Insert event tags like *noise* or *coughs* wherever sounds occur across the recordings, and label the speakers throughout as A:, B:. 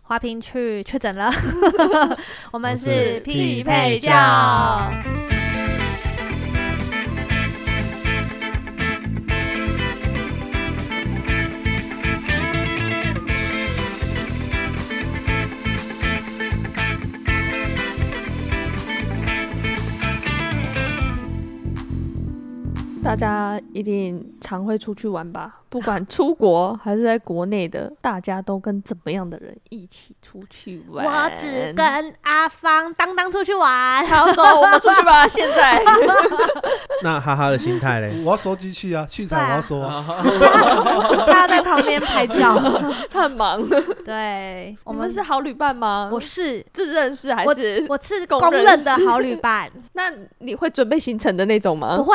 A: 花瓶去确诊了，我们
B: 我
A: 是
B: 是
A: 匹
C: 匹
A: 配
C: 配
A: 教
C: 教。
D: 大家一定常会出去玩吧？ *laughs* 不管出国还是在国内的，大家都跟怎么样的人一起出去玩？
A: 我只跟阿芳当当出去
D: *laughs*
A: 玩，
D: 好走，我们出去 *laughs* 吧！现在
C: *laughs* 那哈哈的心态 *laughs* 嘞？
B: 我要收机器啊，器材我要收啊。
A: 他要在旁边拍照。
D: 他很忙。
A: 对，我
D: 我
A: 们
D: 们是好旅伴吗？
A: 我是
D: 自认识还是？
A: 我是
D: 公
A: 公
D: 认
A: 认的好旅伴，
D: 那你会准备行程的那种
A: 不
D: 吗？
A: 会。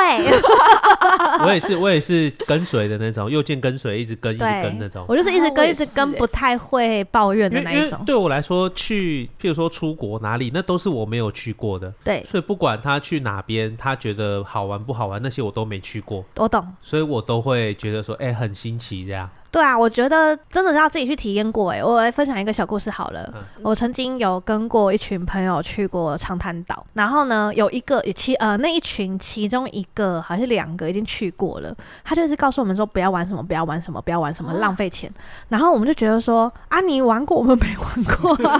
C: 我也是，我也是跟随的那种，右键跟随，一直跟，一直跟那
A: 对
C: 种，。
A: 我就是一
D: 啊
A: 直
D: 我
A: 跟，
D: 也
A: 一直
D: 是
A: 跟，
D: 欸
A: 不太会抱怨
C: 因
A: 的
C: 为
A: 那
C: 因
A: 一
C: 为
A: 种。
C: 对我来说，去譬如说出国哪里，那都是我没有去过的，
A: 对，
C: 所以不管他去哪边，他觉得好玩不好玩，那些我都没去过，
A: 我懂。
C: 所以我都会觉得说，哎、很新奇这样。
A: 对啊，我觉得真的是要自己去体验过哎。我来分享一个小故事好了。
C: 嗯
A: 我曾经有跟过一群朋友去过长滩岛，然后呢，有一个其呃那一群其中一个还是两个已经去过了，他就是告诉我们说不要玩什么，不要玩什么，不要玩什么，
D: 啊
A: 浪费钱。然后我们就觉得说啊，你玩过，我们没玩过
C: *laughs*
A: 啊、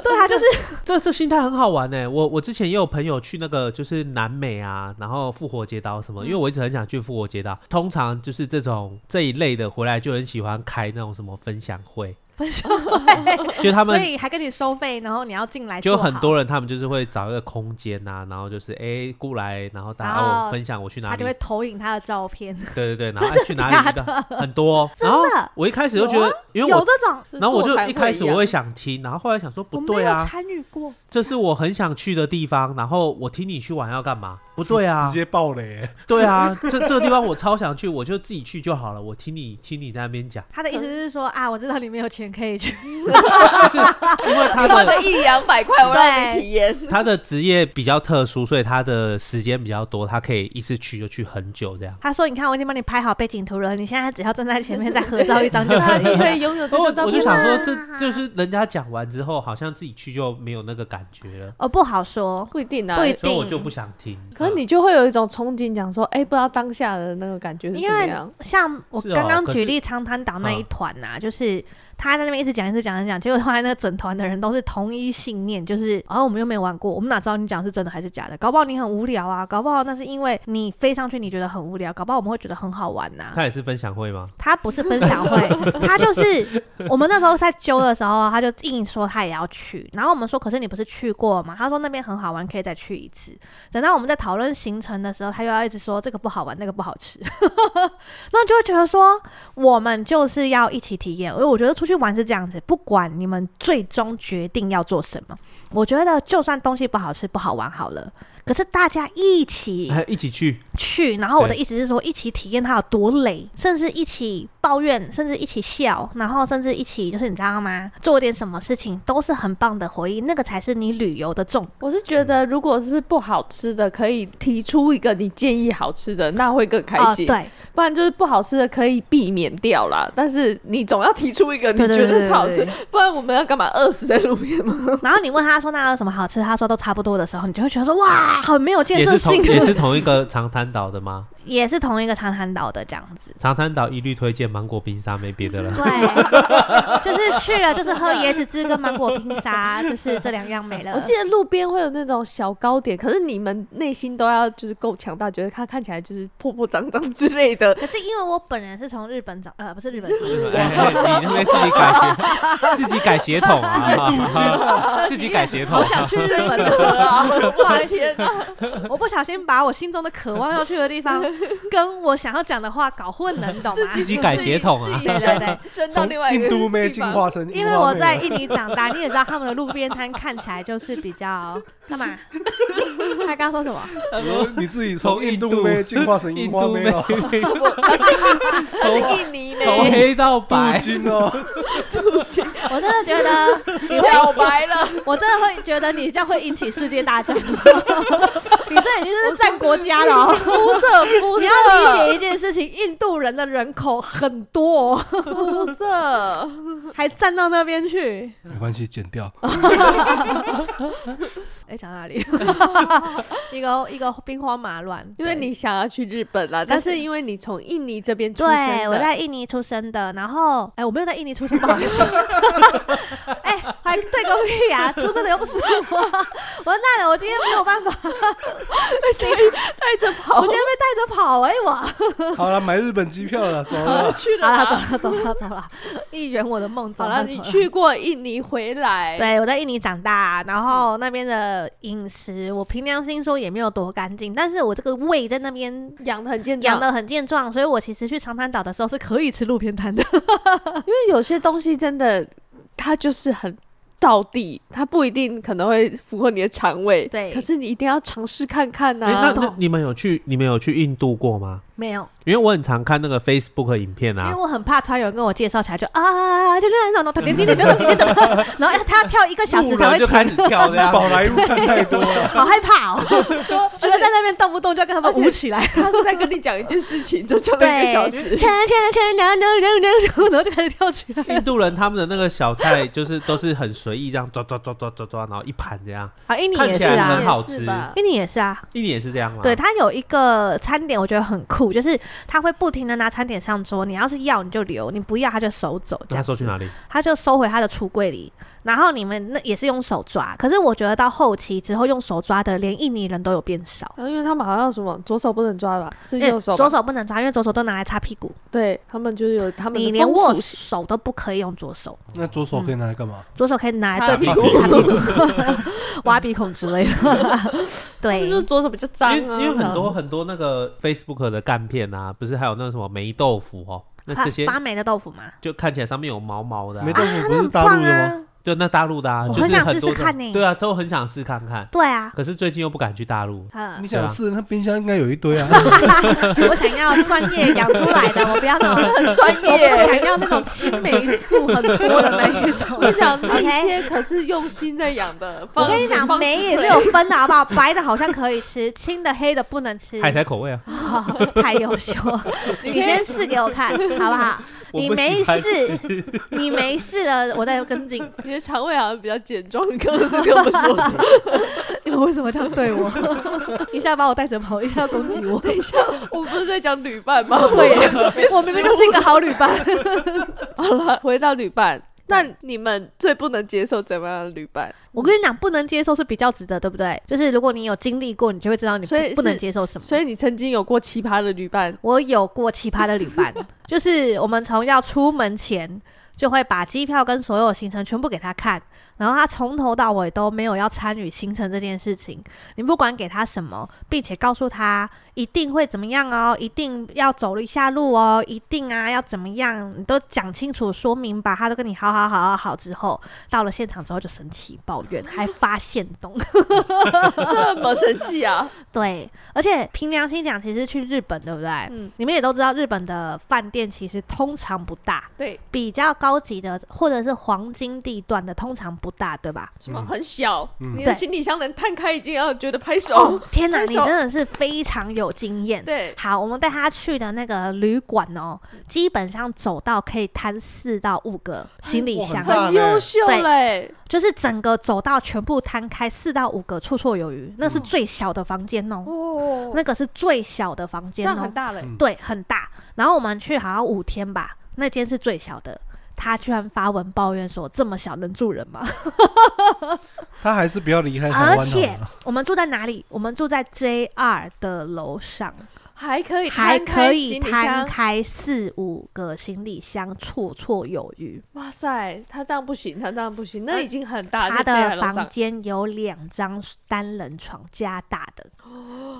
A: 对啊，就是
C: *laughs* 这这心态很好玩呢、欸我我之前也有朋友去那个就是南美啊，然后复活节岛什么，因为我一直很想去复活节岛。通常就是这种这一类的回来就很喜欢开那种什么分享会，
A: 分享会，
C: 就 *laughs* 他
A: 所
C: 们。
A: 以还跟你收费，然后你要进来
C: 就
A: 坐哎好
C: 很多人，他们就是会找一个空间呐、然后就是哎、过来，然后大家
A: 然后
C: 哦分享我去哪
A: 他
C: 里，
A: 就会投影他的照片，
C: 对对
A: *laughs*
C: 对，然后哎去哪里遇到很多哦。然后我一开始就觉
A: 有啊
C: 得，因为
A: 有
C: 我
A: 这种
D: 是
C: 然后我就
D: 座谈
C: 一开始我
D: 会
C: 会
D: 一样
C: 想听，然后后来想说不
A: 我没
C: 对
A: 有
C: 啊，
A: 参与过。
C: 这是我很想去的地方，然后我听你去玩要干嘛？不对啊
B: 直，接爆雷欸。
C: 对啊，这这个地方我超想去，我就自己去就好了。我听你听你在那边讲，
A: 他的意思是说啊，我知道你没有钱可以去， *laughs*
C: 就是因为他
D: 你花
C: 的
D: 个一两百块，我让你体验。
C: 他的职业比较特殊，所以他的时间比较多，他可以一次去就去很久这样。
A: 他说：“你看，我已经帮你拍好背景图了，你现在只要站在前面再合
C: *laughs*
A: 照一张就可
D: 大家
A: 以
D: 就
A: 了。
D: 可以拥有这
C: 然后
D: 张照
C: *laughs* 我我就
D: 片啊
C: 想
D: 啦。
C: 说，这就是人家讲完之后，好像自己去就没有那个感觉了”，
A: 哦，不好说，
D: 不一定啊，
A: 不一定。
C: 所以我就不想听。
D: 可是你就会有一种憧憬，讲说，哎、不知道当下的那个感觉是
A: 因
D: 怎么
A: 为
D: 样。
A: 像我
C: 是哦
A: 刚刚
C: 可是嗯
A: 举例长滩岛那一团呐、就是他在那边一直讲、一直讲、一直讲，结果后来那个整团的人都是同一信念，就是哦，我们又没玩过，我们哪知道你讲是真的还是假的？搞不好你很无聊啊，搞不好那是因为你飞上去你觉得很无聊，搞不好我们会觉得很好玩啊呐、
C: 嗯他也是分享会吗？
A: 他不是分享会，他就是我们那时候在揪的时候，他就硬说他也要去。然后我们说，可是你不是去过吗？他说那边很好玩，可以再去一次。等到我们在讨论行程的时候，他又要一直说这个不好玩，那个不好吃。 *laughs* 那就会觉得说，我们就是要一起体验。因为我觉得出去玩是这样子，不管你们最终决定要做什么，我觉得就算东西不好吃、不好玩好了，可是大家一起
C: 还 *laughs* 一起去，
A: 去，然后我的
C: 对
A: 意思是说，一起体验它有多累，甚至一起抱怨，甚至一起笑，然后甚至一起就是你知道吗？做点什么事情都是很棒的回忆，那个才是你旅游的重。
D: 我是觉得，如果是不是不好吃的，可以提出一个你建议好吃的，那会更开心。
A: 哦对
D: 不然就是不好吃的可以避免掉啦。但是你总要提出一个你
A: 对对
D: 觉
A: 对
D: 得是好吃，
A: 对对
D: 不然我们要干嘛？饿死在路边
A: *laughs*
D: 吗？
A: 然后你问他说那有什么好吃，他说都差不多的时候，你就会觉得说哇，很没有建
C: 也
A: 设
C: 是同
A: 性，
C: 也是同一个长滩岛的吗？
A: 也是同一个长滩岛的这样子。
C: 长滩岛一律推荐芒果冰沙，没别
D: *laughs*
C: 的了。
A: 对，就是去了就是喝椰子汁跟芒果冰沙，就是这两样没了。
D: 我记得路边会有那种小糕点，可是你们内心都要就是够强大，觉得它看起来就是破破脏脏之类的
A: 可是因为我本人是从日本长，呃，不是日本，
C: 哎
D: 啊
C: 哎你那边自己改 *laughs* 鞋，自己改鞋桶啊， *laughs* 自己改鞋桶
A: 好。想去日 *laughs* 本的，
D: 啊！
A: 不好意思
D: 天哪，
A: 我不小心把我心中的渴望要去的地方， *laughs* 跟我想要讲的话搞混了，你懂吗？
C: 自己改血统啊
D: 自己
A: 对对对
D: *laughs* 升升到
B: 从
D: 另外一个
B: 印度妹啊
D: 地
B: 进
D: 方 *laughs*
B: 化成
A: 因为我在印尼长大，你也知道他们的路边摊看起来就是比较 *laughs* 干嘛？他刚说什么？
B: *laughs* 你你自己
C: 从
B: 从
C: 印
B: 印
C: 度
B: 度妹进化成
C: 印
B: 樱花
C: 度
B: 妹
C: 妹
B: 了，
C: 妹
D: 我他是他是印尼
C: 从 *laughs*
D: 妹，
C: 黑到
B: 镀
C: 白，
B: 金哦，
A: 我真的觉得，
D: 表白
C: *laughs*
D: 了，
A: 我真的会觉得你这样会引起世界大 *laughs* 战。你这已经是战国家了哦。
D: 肤色肤
A: 你要理
D: 色
A: 解一件事情，印度人的人口很多、哦，
D: 肤色，
A: 还站到那边去。
B: 没关系，剪掉。
A: 哎，讲哪 *laughs* 里？一个一个兵荒马乱，
D: 因为
A: 对
D: 你想要去日本啦，但是因为你从印尼这边出生
A: 对，
D: 的，
A: 我
D: *laughs*
A: 在印尼出生的，然后哎、我没有在印尼出生，不好意思。哎、还对个屁呀、出生的又不是我，我完蛋了，我今天没有办法，
D: 带着跑
A: 我今天被带着跑哎、我
B: 好了，买日本机票了，走
A: *laughs*
B: 了。
D: 去了
A: 好啊了，走
D: 吧。
A: 了走了走了，一圆我的梦，走
D: 好
A: 了
D: 了，
A: 走
D: 你
A: 了
D: 去过印尼回来，
A: 对，我在印尼长大，然后那边的饮食，我凭良心说也没有多干净，但是我这个胃在那边
D: 养的很健
A: 养
D: 壮，
A: 的很健壮，所以我其实去长滩岛的时候是可以吃路边摊的。
D: 因为有些东西真的，它就是很。到地，它不一定可能会符合你的肠胃，
A: 对
D: 可是你一定要尝试看看啊呐、
C: 哎，那那你们有去你们有去印度过吗？
A: 没有，
C: 因为我很常看那个 Facebook 影片
A: 因为
C: 啊，
A: 我很怕突然有人跟我介绍起来就啊，就那
C: *laughs*
A: 种点点点点点点点， *laughs* 然后他要跳一个小时
C: 路
A: 才
C: 人
A: 会
C: 就
A: 停，
C: 开始
A: *laughs*
C: 跳的呀。
B: 宝莱坞看太多了，
A: 好害怕哦！ *laughs*
D: *laughs* 说，
A: 觉得
D: 而且
A: 在那边动不动就要跟他们舞起来，
D: 他是在跟你讲一件事情，就讲了一个
A: *laughs* 对，
D: 小
A: *laughs* 圈
D: 时
A: 圈。
C: *laughs*
A: 圈，然后然后就开始跳起来。
C: *laughs*
A: *laughs*
C: 印度人他们的那个小菜就是都是很随意，这样抓抓抓抓抓抓，然后一盘这样。
A: 啊，印尼
C: 看
A: 也
C: 起
A: 是
C: 来
A: 啊
C: 很，好
D: 也是
C: 吃，
D: 吧
A: 印尼也是啊，
C: 印尼也是这样吗？
A: 对，它有一个餐点，我觉得很酷，就是他会不停的拿餐点上桌，你要是要你就留，你不要他就收走，这
C: 那他
A: 样
C: 说去哪里？
A: 他就收回他的橱柜里。然后你们那也是用手抓，可是我觉得到后期之后用手抓的，连印尼人都有变少。
D: 然后因为他们好像什么左手不能抓吧，是右手吧、
A: 欸左手不能抓，因为左手都拿来擦屁股，
D: 对他们就是有他们
A: 你
D: 的
A: 连
D: 风
A: 握
D: 俗习
A: 手都不可以用左手，
B: 那左手可以拿来干嘛？
A: 左手可以拿来对
D: 擦
A: 屁
D: 屁
A: 股、
D: 股
A: 擦屁股、 *laughs* 挖鼻孔之类的。对，嗯
D: 就是左手比较
C: 因
D: 脏
C: 为
D: 啊，
C: 因为很
D: *laughs*
C: 多很多那个 Facebook 的干片啊，不是还有那个什么霉豆腐哦，那
A: 发
C: 这些
A: 发霉的豆腐嘛，
C: 就看起来上面有毛毛的啊
B: 没，
C: 啊
B: 豆腐不
A: 那
B: 是
A: 很
B: 大
A: 棒
B: 陆的吗？
A: 啊！
C: 就那大陆的啊，
A: 我
C: 就是
A: 很想
C: 很
A: 试
C: 多
A: 试
C: 种
A: 看呢
C: 对啊，都很想试看看，
A: 对啊，
C: 可是最近又不敢去大陆。
A: 嗯
B: 你
C: 对啊
B: 想试？那冰箱应该有一堆啊。
A: *laughs* 我想要专业养出来的，我不要那
D: *laughs*
A: 种，
D: 很专
A: 我不想
D: 业。
A: 要那种青霉素很多的那一种。
D: *laughs* 我讲那
A: OK
D: 些可是用心在养的，
A: 我跟你讲，霉也是有分的，好不 *laughs* 好？白的好像可以吃，青的、黑的不能吃。
C: 海苔口味啊，
A: 太优秀
D: *laughs*
A: 了，你先试给我看，好不好？
C: *laughs* 我
A: 你
C: 不
A: 没
C: 喜欢
A: 事，你没事了，我再跟
D: *laughs*
A: 进。 *laughs*
D: 你的肠胃好像比较健壮，你刚刚是跟我说的。
A: 你们为什么这样对我？ *laughs* 一下把我带着跑，一下要攻击我。
D: 等一下，我们不是在讲旅伴吗？
A: 哦对耶
D: 我们
A: *laughs* 我明明就是一个好旅
D: *laughs*
A: 伴。
D: 好了，回到旅伴。那你们最不能接受怎么样的旅伴？
A: 我跟你讲，不能接受是比较值得，对不对？就是如果你有经历过，你就会知道你
D: 所以
A: 不不能
D: 是
A: 接受什么。
D: 所以你曾经有过奇葩的
A: *laughs*
D: 旅伴，
A: 我有过奇葩的旅伴，就是我们从要出门前就会把机票跟所有行程全部给他看，然后他从头到尾都没有要参与行程这件事情。你不管给他什么，并且告诉他一定会怎么样哦，一定要走一下路哦，一定啊要怎么样，你都讲清楚说明白，他都跟你好好好好好之后，到了现场之后就生气抱怨，还发现东。
D: 这么生气啊？
A: 对， *laughs* 而且凭良心讲，其实去日本对不对？
D: 嗯
A: 你们也都知道，日本的饭店其实通常不大，
B: 嗯
D: 对，
A: 比较高级的或者是黄金地段的通常不大，对吧？
D: 什么
B: 嗯
D: 很小，
B: 嗯
D: 你
A: 对
D: 的行李箱能摊开已经要觉得拍手。
A: 哦，天哪，
D: 拍
A: 你
D: 手
A: 真的是非常有经验。
D: 对，
A: 好，我们带他去的那个旅馆哦，基本上走到可以摊四到五个行李
B: 哇哦很
A: 箱，
B: 大
D: 很优秀
A: 对
D: 嘞，
A: 就是整个走到全部摊开四到五个，绰绰有余。那是最小的房间哦，
D: 哦，
A: 那个是最小的房
D: 这
A: 间
D: 样
A: 哦
D: 很，大嘞。
B: 嗯
A: 对，很大。然后我们去好像五天吧，那间是最小的。他居然发文抱怨说：“这么小能住人 *laughs* 吗
B: 他还是不要离开？”台湾啊
A: 而
B: 好
A: 且
B: 了。
A: 我们住在哪里？我们住在 JR 的楼上，
D: 还可以
A: 还
D: 摊开
A: 可以
D: 行李
A: 摊
D: 箱，
A: 开四五个行李箱，绰绰有余。
D: 哇塞，他这样不行，他这样不行，那已经很大，
A: 他
D: 就啊建在
A: 的
D: 楼
A: 房
D: 上
A: 间有两张单人床加大
D: *gasps*
A: 的，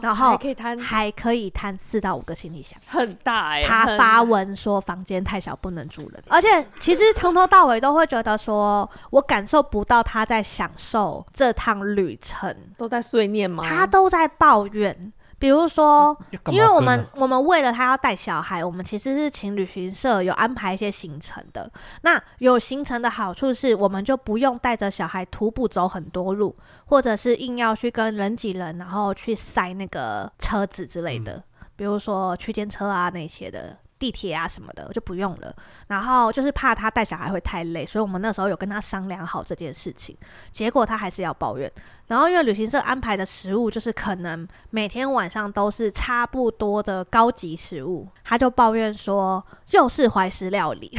A: 然
D: 还
A: 后
D: 可以摊
A: 还可以摊四到五个行李箱。
D: 很大哎、
A: 他
D: 很
A: 发文说房间太小不能住人，而且其实从头到尾都会觉得说，我感受不到他在享受这趟旅程，
D: 都在碎念吗？
A: 他都在抱怨。比如说，因为我
B: 啊
A: 们我们为了他要带小孩，我们其实是请旅行社有安排一些行程的。那有行程的好处是，我们就不用带着小孩徒步走很多路，或者是硬要去跟人挤人，然后去塞那个车子之类的，比如说区间车啊那些的。地铁啊什么的就不用了，然后就是怕他带小孩会太累，所以我们那时候有跟他商量好这件事情，结果他还是要抱怨。然后因为旅行社安排的食物就是可能每天晚上都是差不多的高级食物，他就抱怨说又是怀石料理。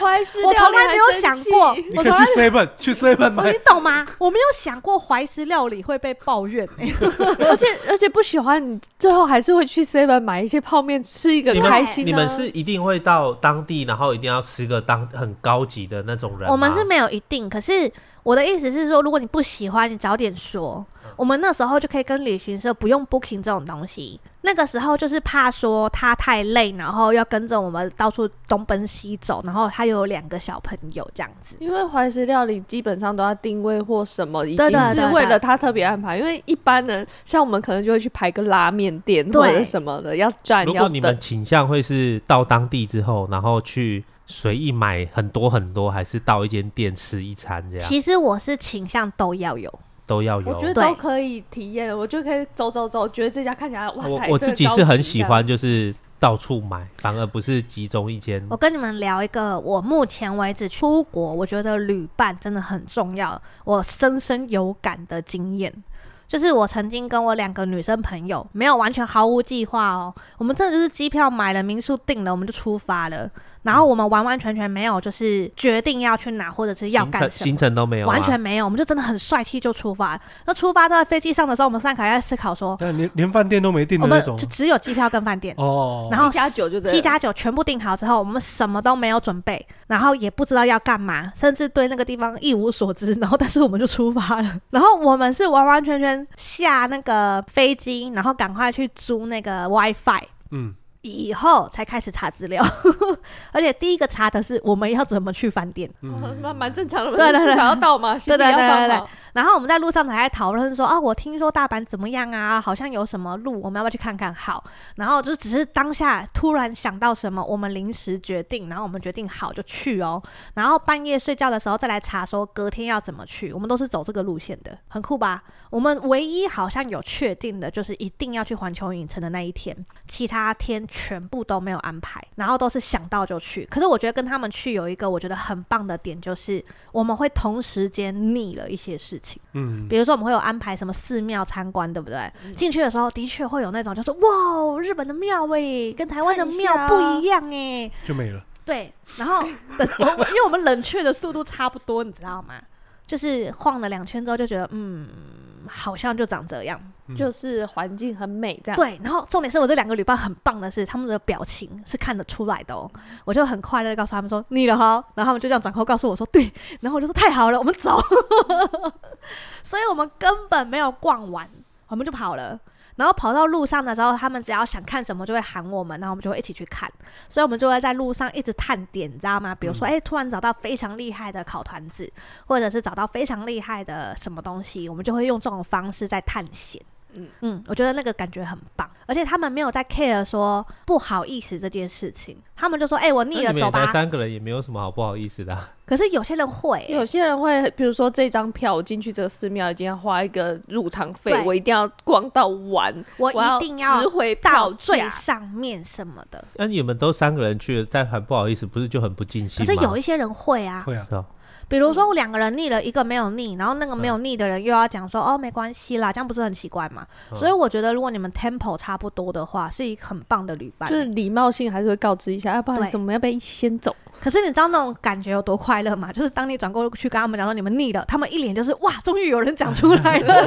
D: 怀石料
A: 我
D: 理
A: 从来
D: 还
A: 没有
D: 生
A: 想
D: 气
A: 过，
D: *laughs*
B: 你
A: 我
B: 可以
A: 从
B: *laughs*
A: 来
B: 去 seven 去 seven
A: 我
B: 买
A: 你，懂吗？我没有想过怀石料理会被抱怨、欸，
D: 而且而且不喜欢，你最后还是会去 Seven 买一些泡面吃一个
C: 你们
D: 开心、啊
C: 你们是一定会到当地，然后一定要吃个当很高级的那种人吗。
A: 我们是没有一定，可是我的意思是说，如果你不喜欢，你早点说，我们那时候就可以跟旅行社不用 booking 这种东西。那个时候就是怕说他太累，然后要跟着我们到处东奔西走，然后他又有两个小朋友这样子。
D: 因为怀石料理基本上都要定位或什么，已
A: 对
D: 经
A: 的
D: 是
A: 对的
D: 为了他特别安排。因为一般人像我们可能就会去排个拉面店
A: 对
D: 或者什么的，要站
A: 啊
C: 如
D: 要
C: 果你们
D: 等。
C: 倾向会是到当地之后，然后去随意买很多很多，还是到一间店吃一餐这样
A: 其实我是倾向都要有，
C: 都要
D: 我
C: 有。
D: 觉得
A: 对
D: 都可以体验，我就可以走走走，觉得这家看起来哇塞，
C: 我我
D: 这个
C: 自己
D: 高
C: 是很
D: 级
C: 喜
D: 这样
C: 欢，就是到处买，反而不是集中一间。
A: 我跟你们聊一个，我目前为止出国，我觉得旅伴真的很重要，我深深有感的经验。就是我曾经跟我两个女生朋友，没有完全毫无计划哦，我们真的就是机票买了，民宿订了，我们就出发了，然后我们完完全全没有就是决定要去哪或者是要
C: 行
A: 干
C: 程
A: 什么
C: 行。程都没有、啊，
A: 完全没有，我们就真的很帅气就出发了。那出发到飞机上的时候，我们三个还在思考说，
B: 但连连饭店都没订
A: 我
B: 的那
A: 们
B: 种
A: 就只有机票跟饭店，
B: 哦。
A: 然后
D: 七加九就对了
A: 七加九全部订好之后，我们什么都没有准备，然后也不知道要干嘛，甚至对那个地方一无所知。然后，但是我们就出发了。然后我们是完完全全下那个飞机，然后赶快去租那个 WiFi。
B: 嗯，
A: 以后才开始查资料， *laughs* 而且第一个查的是我们要怎么去饭店。
C: 嗯
D: 哦那蛮正常的嘛，
A: 对对
D: 至
A: 对
D: 少要到嘛，行
A: 对对
D: 李要
A: 对对
D: 放
A: 对
D: 好。
A: 然后我们在路上还在讨论说啊，我听说大阪怎么样啊，好像有什么路，我们要不要去看看？好，然后就只是当下突然想到什么，我们临时决定，然后我们决定好就去哦。然后半夜睡觉的时候再来查说隔天要怎么去，我们都是走这个路线的，很酷吧？我们唯一好像有确定的就是一定要去环球影城的那一天，其他天全部都没有安排，然后都是想到就去。可是我觉得跟他们去有一个我觉得很棒的点，就是我们会同时间腻了一些事情。
B: 嗯，
A: 比如说我们会有安排什么寺庙参观，对不对？进去的时候的确会有那种就是哇，日本的庙哎、跟台湾的
D: 看一下
A: 庙不一样哎、
B: 就没了。
A: 对，
B: *laughs*
A: 然后等我们，因为我们冷却的速度差不多，你知道吗？就是晃了两圈之后就觉得，嗯，好像就长这样。
B: 嗯
D: 就是环境很美这样。
A: 对，然后重点是我这两个旅伴很棒的是，他们的表情是看得出来的哦。我就很快乐的告诉他们说腻了哈，然后他们就这样转头告诉我说对，然后我就说太好了，我们走。 *laughs* 所以我们根本没有逛完，我们就跑了。然后跑到路上的时候，他们只要想看什么就会喊我们，然后我们就会一起去看。所以我们就会在路上一直探点，你知道吗？比如
C: 嗯
A: 说，哎、突然找到非常厉害的烤团子，或者是找到非常厉害的什么东西，我们就会用这种方式在探险。嗯
D: 嗯
A: 嗯，我觉得那个感觉很棒，而且他们没有在 care 说不好意思这件事情，他们就说：“哎、我
C: 那
A: 腻
C: 你
A: 了，
C: 们也
A: 走
C: 才
A: 吧。
C: 三个人，也没有什么好不好意思的啊、”
A: 可是有些人会、哎
D: 有些人会，比如说这张票，我进去这个寺庙已经要花一个入场费
A: 对，
D: 我一定要逛到完，
A: 我
D: 我要
A: 一定要
D: 值回
A: 到
D: 票
A: 最
D: 价。
A: 上面什么的。
C: 那你们都三个人去了，再很不好意思，不是就很不尽
A: 可
C: 兴吗？
A: 是有一些人会啊，
B: 会啊，
C: 是哦
A: 比如说两个人腻了，一个没有腻，然后那个没有腻的人又要讲说、哦没关系啦，这样不是很奇怪嘛？
C: 嗯
A: 所以我觉得如果你们 tempo 差不多的话，是一个很棒的旅伴。
D: 就是礼貌性还是会告知一下，要不然
A: 对
D: 我们要不要一起先走？
A: 可是你知道那种感觉有多快乐吗？就是当你转过去跟他们讲说你们腻了，他们一脸就是哇，终于有人讲出来
C: *laughs*
A: 了，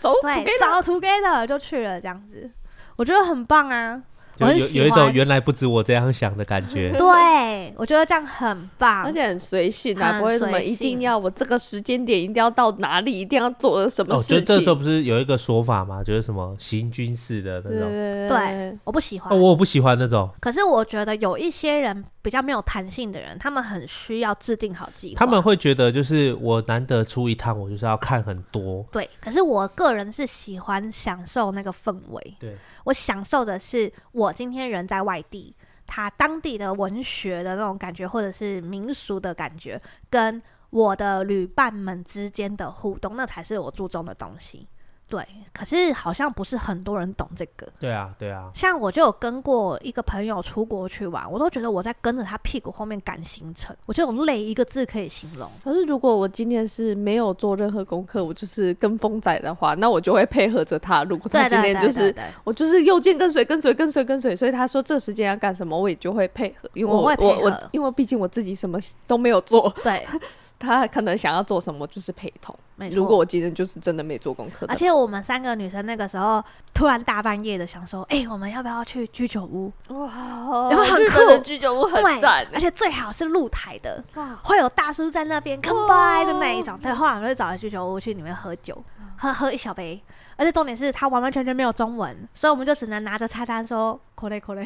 D: 走，
A: 对
D: together，
A: 找 together 就去了这样子，我觉得很棒啊，我
C: 就
A: 很
C: 有有
A: 喜
C: 一种
A: 欢。
C: 原来不止我这样想的
A: *laughs*
C: 感觉。
A: 对，我觉得这样很棒，
C: 嗯
D: 而且很随性啊，
A: 很
D: 不会什么
A: 随
D: 一定
A: 性
D: 要我这个时间点一定要到哪里，一定要做了什么
C: 哦，就
D: 事情。
C: 这都不是有一个说法嘛，就是什么行军式的那
D: 对
C: 种。
D: 对
A: 对，我不喜欢。
C: 哦，我不喜欢那种，
A: 可是我觉得有一些人比较没有弹性的人，他们很需要制定好计划。
C: 他们会觉得就是我难得出一趟，我就是要看很多。
A: 对，可是我个人是喜欢享受那个氛围。
C: 对，
A: 我享受的是我今天人在外地，他当地的文学的那种感觉，或者是民俗的感觉，跟我的旅伴们之间的互动，那才是我注重的东西。对，可是好像不是很多人懂这个。
C: 对啊，对啊，
A: 像我就有跟过一个朋友出国去玩，我都觉得我在跟着他屁股后面赶行程，我就用累一个字可以形容。
D: 可是如果我今天是没有做任何功课，我就是跟风仔的话，那我就会配合着他。如果
A: 对
D: 他今
A: 对
D: 天
A: 对
D: 就
A: 对
D: 是
A: 对，
D: 我就是右键跟随跟随跟随跟随，所以他说这时间要干什么，我也就会配合，因为
A: 我
D: 我
A: 会配合
D: 我因为毕竟我自己什么都没有做，
A: 对，
D: *laughs* 他可能想要做什么就是陪同。
A: 没错。
D: 如果我今天就是真的没做功课
A: 而
D: 的话，
A: 且我们三个女生那个时候突然大半夜的想说，哎、我们要不要去居酒屋？
D: 哇
A: 有没有很
D: 日本的
A: 酷
D: 居酒屋很
A: 对，
D: 赞
A: 而且最好是露台的，
D: 哇！
A: 会有大叔在那边 come by 的那一种。对，后来我们就找了居酒屋去里面喝酒，喝喝一小杯。而且重点是他完完全全没有中文，所以我们就只能拿着菜单说 “kole k o l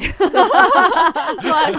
D: 乱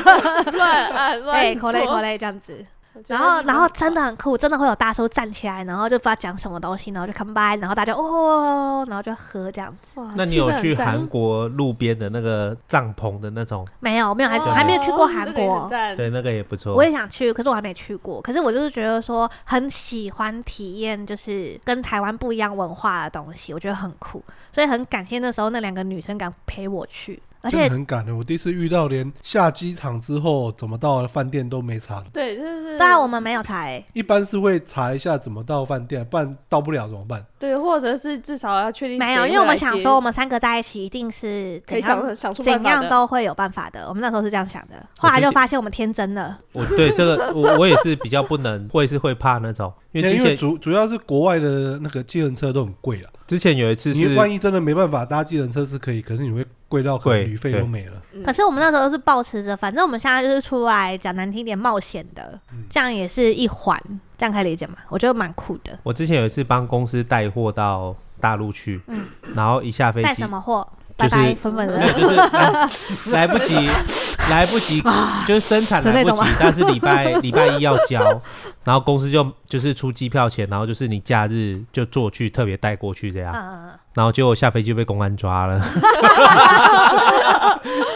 D: 乱按
A: 哎
D: 乱
A: k o l k o l 这样子。
D: 我觉
A: 然
D: 得
A: 后，
D: 你们
A: 然后真的很酷，真的会有大叔站起来，然后就不知道讲什么东西，然后就 come by，然后大家哦，然后就喝这样子。
D: 哇
C: 那你
D: 气氛
C: 有
D: 很
C: 去
D: 赞
C: 韩国路边的那个帐篷的那种？
A: 没有，没有，还
D: 哦
A: 还没有去过韩
D: 这个也很
A: 国。
D: 赞
C: 对，那个也不错。
A: 我也想去，可是我还没去过。可是我就是觉得说，很喜欢体验，就是跟台湾不一样文化的东西，我觉得很酷，所以很感谢那时候那两个女生敢陪我去，而
B: 真的
A: 且
B: 很赶的。我第一次遇到，连下机场之后怎么到饭店都没查的。
D: 对，就是
A: 当然我们没有才，
B: 一般是会查一下怎么到饭店，不然到不了怎么办？
D: 对，或者是至少要确定
A: 没有，因为我们想说我们三个在一起一定是
D: 可
A: 怎
D: 以
A: 样
D: 想想嗯出办
A: 怎
D: 法
A: 样
D: 的
A: 都会有办法的。我们那时候是这样想的，后来
C: 之前
A: 就发现我们天真了。
C: 我对这个我 *laughs* 我也是比较不能，我也是会怕那种，因为之
B: 因为
C: 前
B: 主主要是国外的那个计程车都很贵啊。
C: 之前有一次
B: 你
C: 是
B: 万一真的没办法搭计程车是可以，可是你会贵到可
C: 贵
B: 能旅费
C: 对
B: 都没了。
D: 嗯
A: 可是我们那时候是保持着，反正我们现在就是出来讲难听一点冒险的，
D: 嗯
A: 这样也是一环，这样可以理解吗？我觉得蛮酷的。
C: 我之前有一次帮公司带货到大陆去，
A: 嗯
C: 然后一下飞
A: 带
C: 机
A: 什么货？拜
C: 就是
A: 拜，粉粉
C: 没
A: 的
C: 有，。就是来来不
A: *laughs*
C: 及，来不及，就是生产
A: 的
C: 来
A: 啊那
C: 不
A: 种
C: 及，
A: *laughs*
C: 但是礼拜礼拜一要交，然后公司就就是出机票钱，然后就是你假日就坐去特别带过去这样，
D: 啊
A: 嗯，嗯
C: 然后结果下飞机就被公安
A: *laughs*
C: 抓了，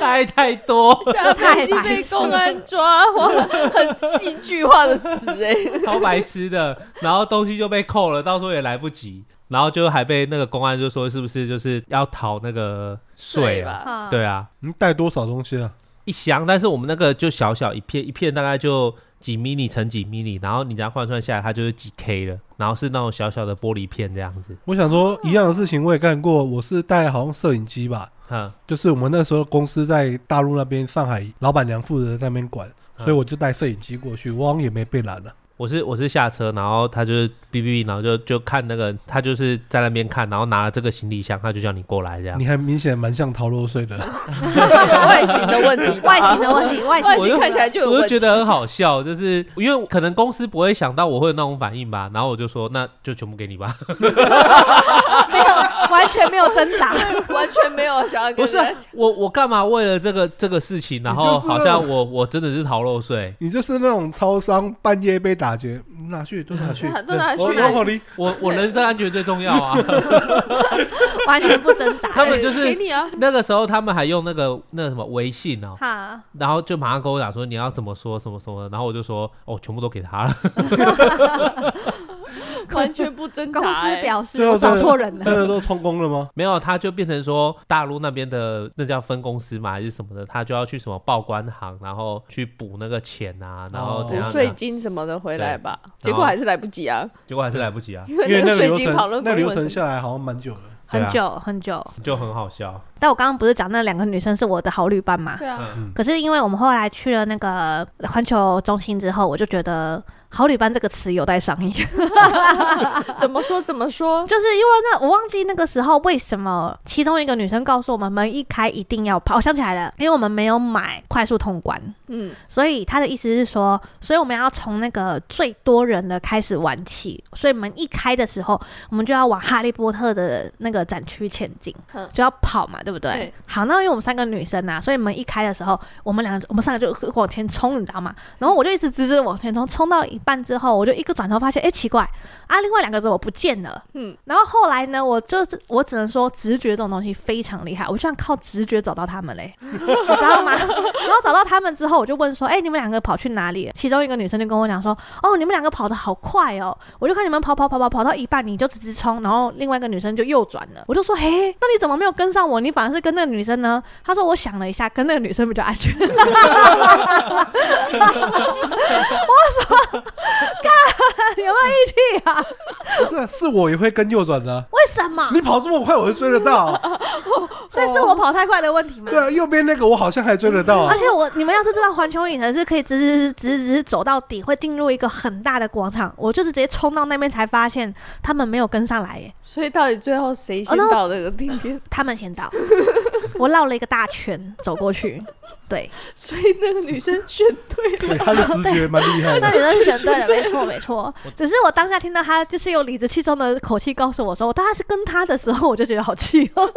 C: 带太多，
D: *laughs* 下飞机被公安抓，哇，很戏剧化的死哎、
C: 超白痴的，然后东西就被扣了，到时候也来不及，然后就还被那个公安就说是不是就是要逃那个税啊？
D: 吧，
A: 嗯，
C: 对啊，
B: 你带多少东西啊？
C: 一箱，但是我们那个就小小一片，一片大概就几 mini 乘几 mini，然后你这样换算下来，它就是几 K 了，然后是那种小小的玻璃片这样子，
B: 我想说一样的事情我也干过，我是带好像摄影机吧，
C: 哼，
B: 就是我们那时候公司在大陆那边上海，老板娘负责在那边管，
C: 嗯
B: 所以我就带摄影机过去，我好像也没被拦啊了。
C: 我是我是下车，然后他就是哔哔哔，然后就就看那个他就是在那边看，然后拿了这个行李箱，他就叫你过来这样
B: 你。还明显蛮像逃漏税的，
D: 有外形的问题吧，
A: 外形的问题，外
D: 外
A: 形
D: 形看起来就有
C: 我就
D: 问
C: 觉
D: 题。
C: 得很好笑，就是因为可能公司不会想到我会有那种反应吧，然后我就说那就全部给你吧。
B: *laughs*
A: 没有，完全没有挣
D: *laughs*
A: 扎。
D: 完全没有想要跟
C: *laughs*
D: 人
C: 不是啊
D: 家讲，
C: 我我干嘛为了这个这个事情，然
B: 你
C: 后
B: 就是
C: 好像我我真的是逃漏税，
B: 你就是那种超商半夜被打劫，拿去
A: *laughs*
B: 都拿去，
D: 都拿去
B: 我我好离
C: 我我人身安全最重要啊。
A: 完全不挣扎。
D: *laughs*
C: 他们就是
D: 给你啊，
C: 那个时候他们还用那个那个什么微信哦，
A: 哈，
C: 然后就马上跟我讲说你要怎么说什么什么的，然后我就说哦，全部都给他了。 *laughs*
D: 完全不挣
A: 公
D: 扎、
A: 司
D: 欸。
A: 表示
B: 最后
A: 我
B: 真
A: 找
B: 的
A: 错人
C: 啊
B: 真
A: 了。
B: 的都充公了吗？
C: 没有，他就变成说大陆那边的那叫分公司嘛还是什么的，他就要去什么报关行，然后去补那个钱啊，然后
B: 哦
C: 怎
D: 补
C: 样怎
D: 税
C: 样，
D: 金什么的回来吧，
C: 对
D: 结果还是来不及啊，
C: 结果还是来不及啊。
D: 因为
B: 因为那
D: 那个
B: 个
D: 税
B: 流
D: 金
B: 程
D: 讨论
B: 那
D: 公
B: 流
D: 文
B: 程
D: 什么
B: 下来好像蛮久的，
C: 对啊
A: 很久很久。
C: 就很好笑。
A: 但我刚刚不是讲那两个女生是我的好旅伴嘛？
D: 对啊，
C: 嗯，
A: 可是因为我们后来去了那个环球中心之后，我就觉得“好旅伴”这个词有待商
D: *laughs*
A: 议。
D: *laughs* 怎么说怎么说？
A: 就是因为那我忘记那个时候为什么其中一个女生告诉我们门一开一定要跑，我想起来了，因为我们没有买快速通关，
D: 嗯，
A: 所以她的意思是说，所以我们要从那个最多人的开始玩起，所以门一开的时候，我们就要往哈利波特的那个展区前进
D: 嗯，
A: 就要跑嘛，对不对？
D: 对
A: 好，那因为我们三个女生呐、所以门一开的时候，我们两个我们三个就往前冲，你知道吗？然后我就一直直直地往前冲，冲到一半之后，我就一个转头发现，哎、奇怪啊，另外两个怎么不见了？
D: 嗯
A: 嗯，然后后来呢，我就是我只能说直觉这种东西非常厉害，我居然靠直觉找到他们嘞，你知道吗？然后找到他们之后，我就问说，哎、你们两个跑去哪里？其中一个女生就跟我讲说，哦，你们两个跑得好快哦，我就看你们跑跑跑跑跑到一半，你就直直冲，然后另外一个女生就右转了，我就说，嘿，那你怎么没有跟上我？你反而是跟那个女生呢？她说，我想了一下，跟那个女生比较安全。 *laughs* 有没有义气啊？
B: 不是，是我也会跟右转的啊。
A: 为什么？
B: 你跑这么快，我就追得
A: *laughs*
B: 到。
A: 所以是我跑太快的问题吗？
B: 对啊，右边那个我好像还追得到啊
A: *laughs* 而。且我，你们要是知道环球影城是可以直直直直直走到底，会进入一个很大的广场，我就是直接冲到那边才发现他们没有跟上来耶，
D: 所以到底最后谁先
A: 哦那
D: 到这个地点？ *laughs*
A: 他们先到， *laughs* 我绕了一个大圈走过去，对，
D: 所以那个女生选对了。
B: 对，他的直觉蛮厉害 *laughs*
A: 那 *laughs*
B: 的。
A: 女生选对了，没错没错。只是我当下听到他就是用理直气壮的口气告诉我说，我当他是跟他的时候，我就觉得好气哦， *laughs*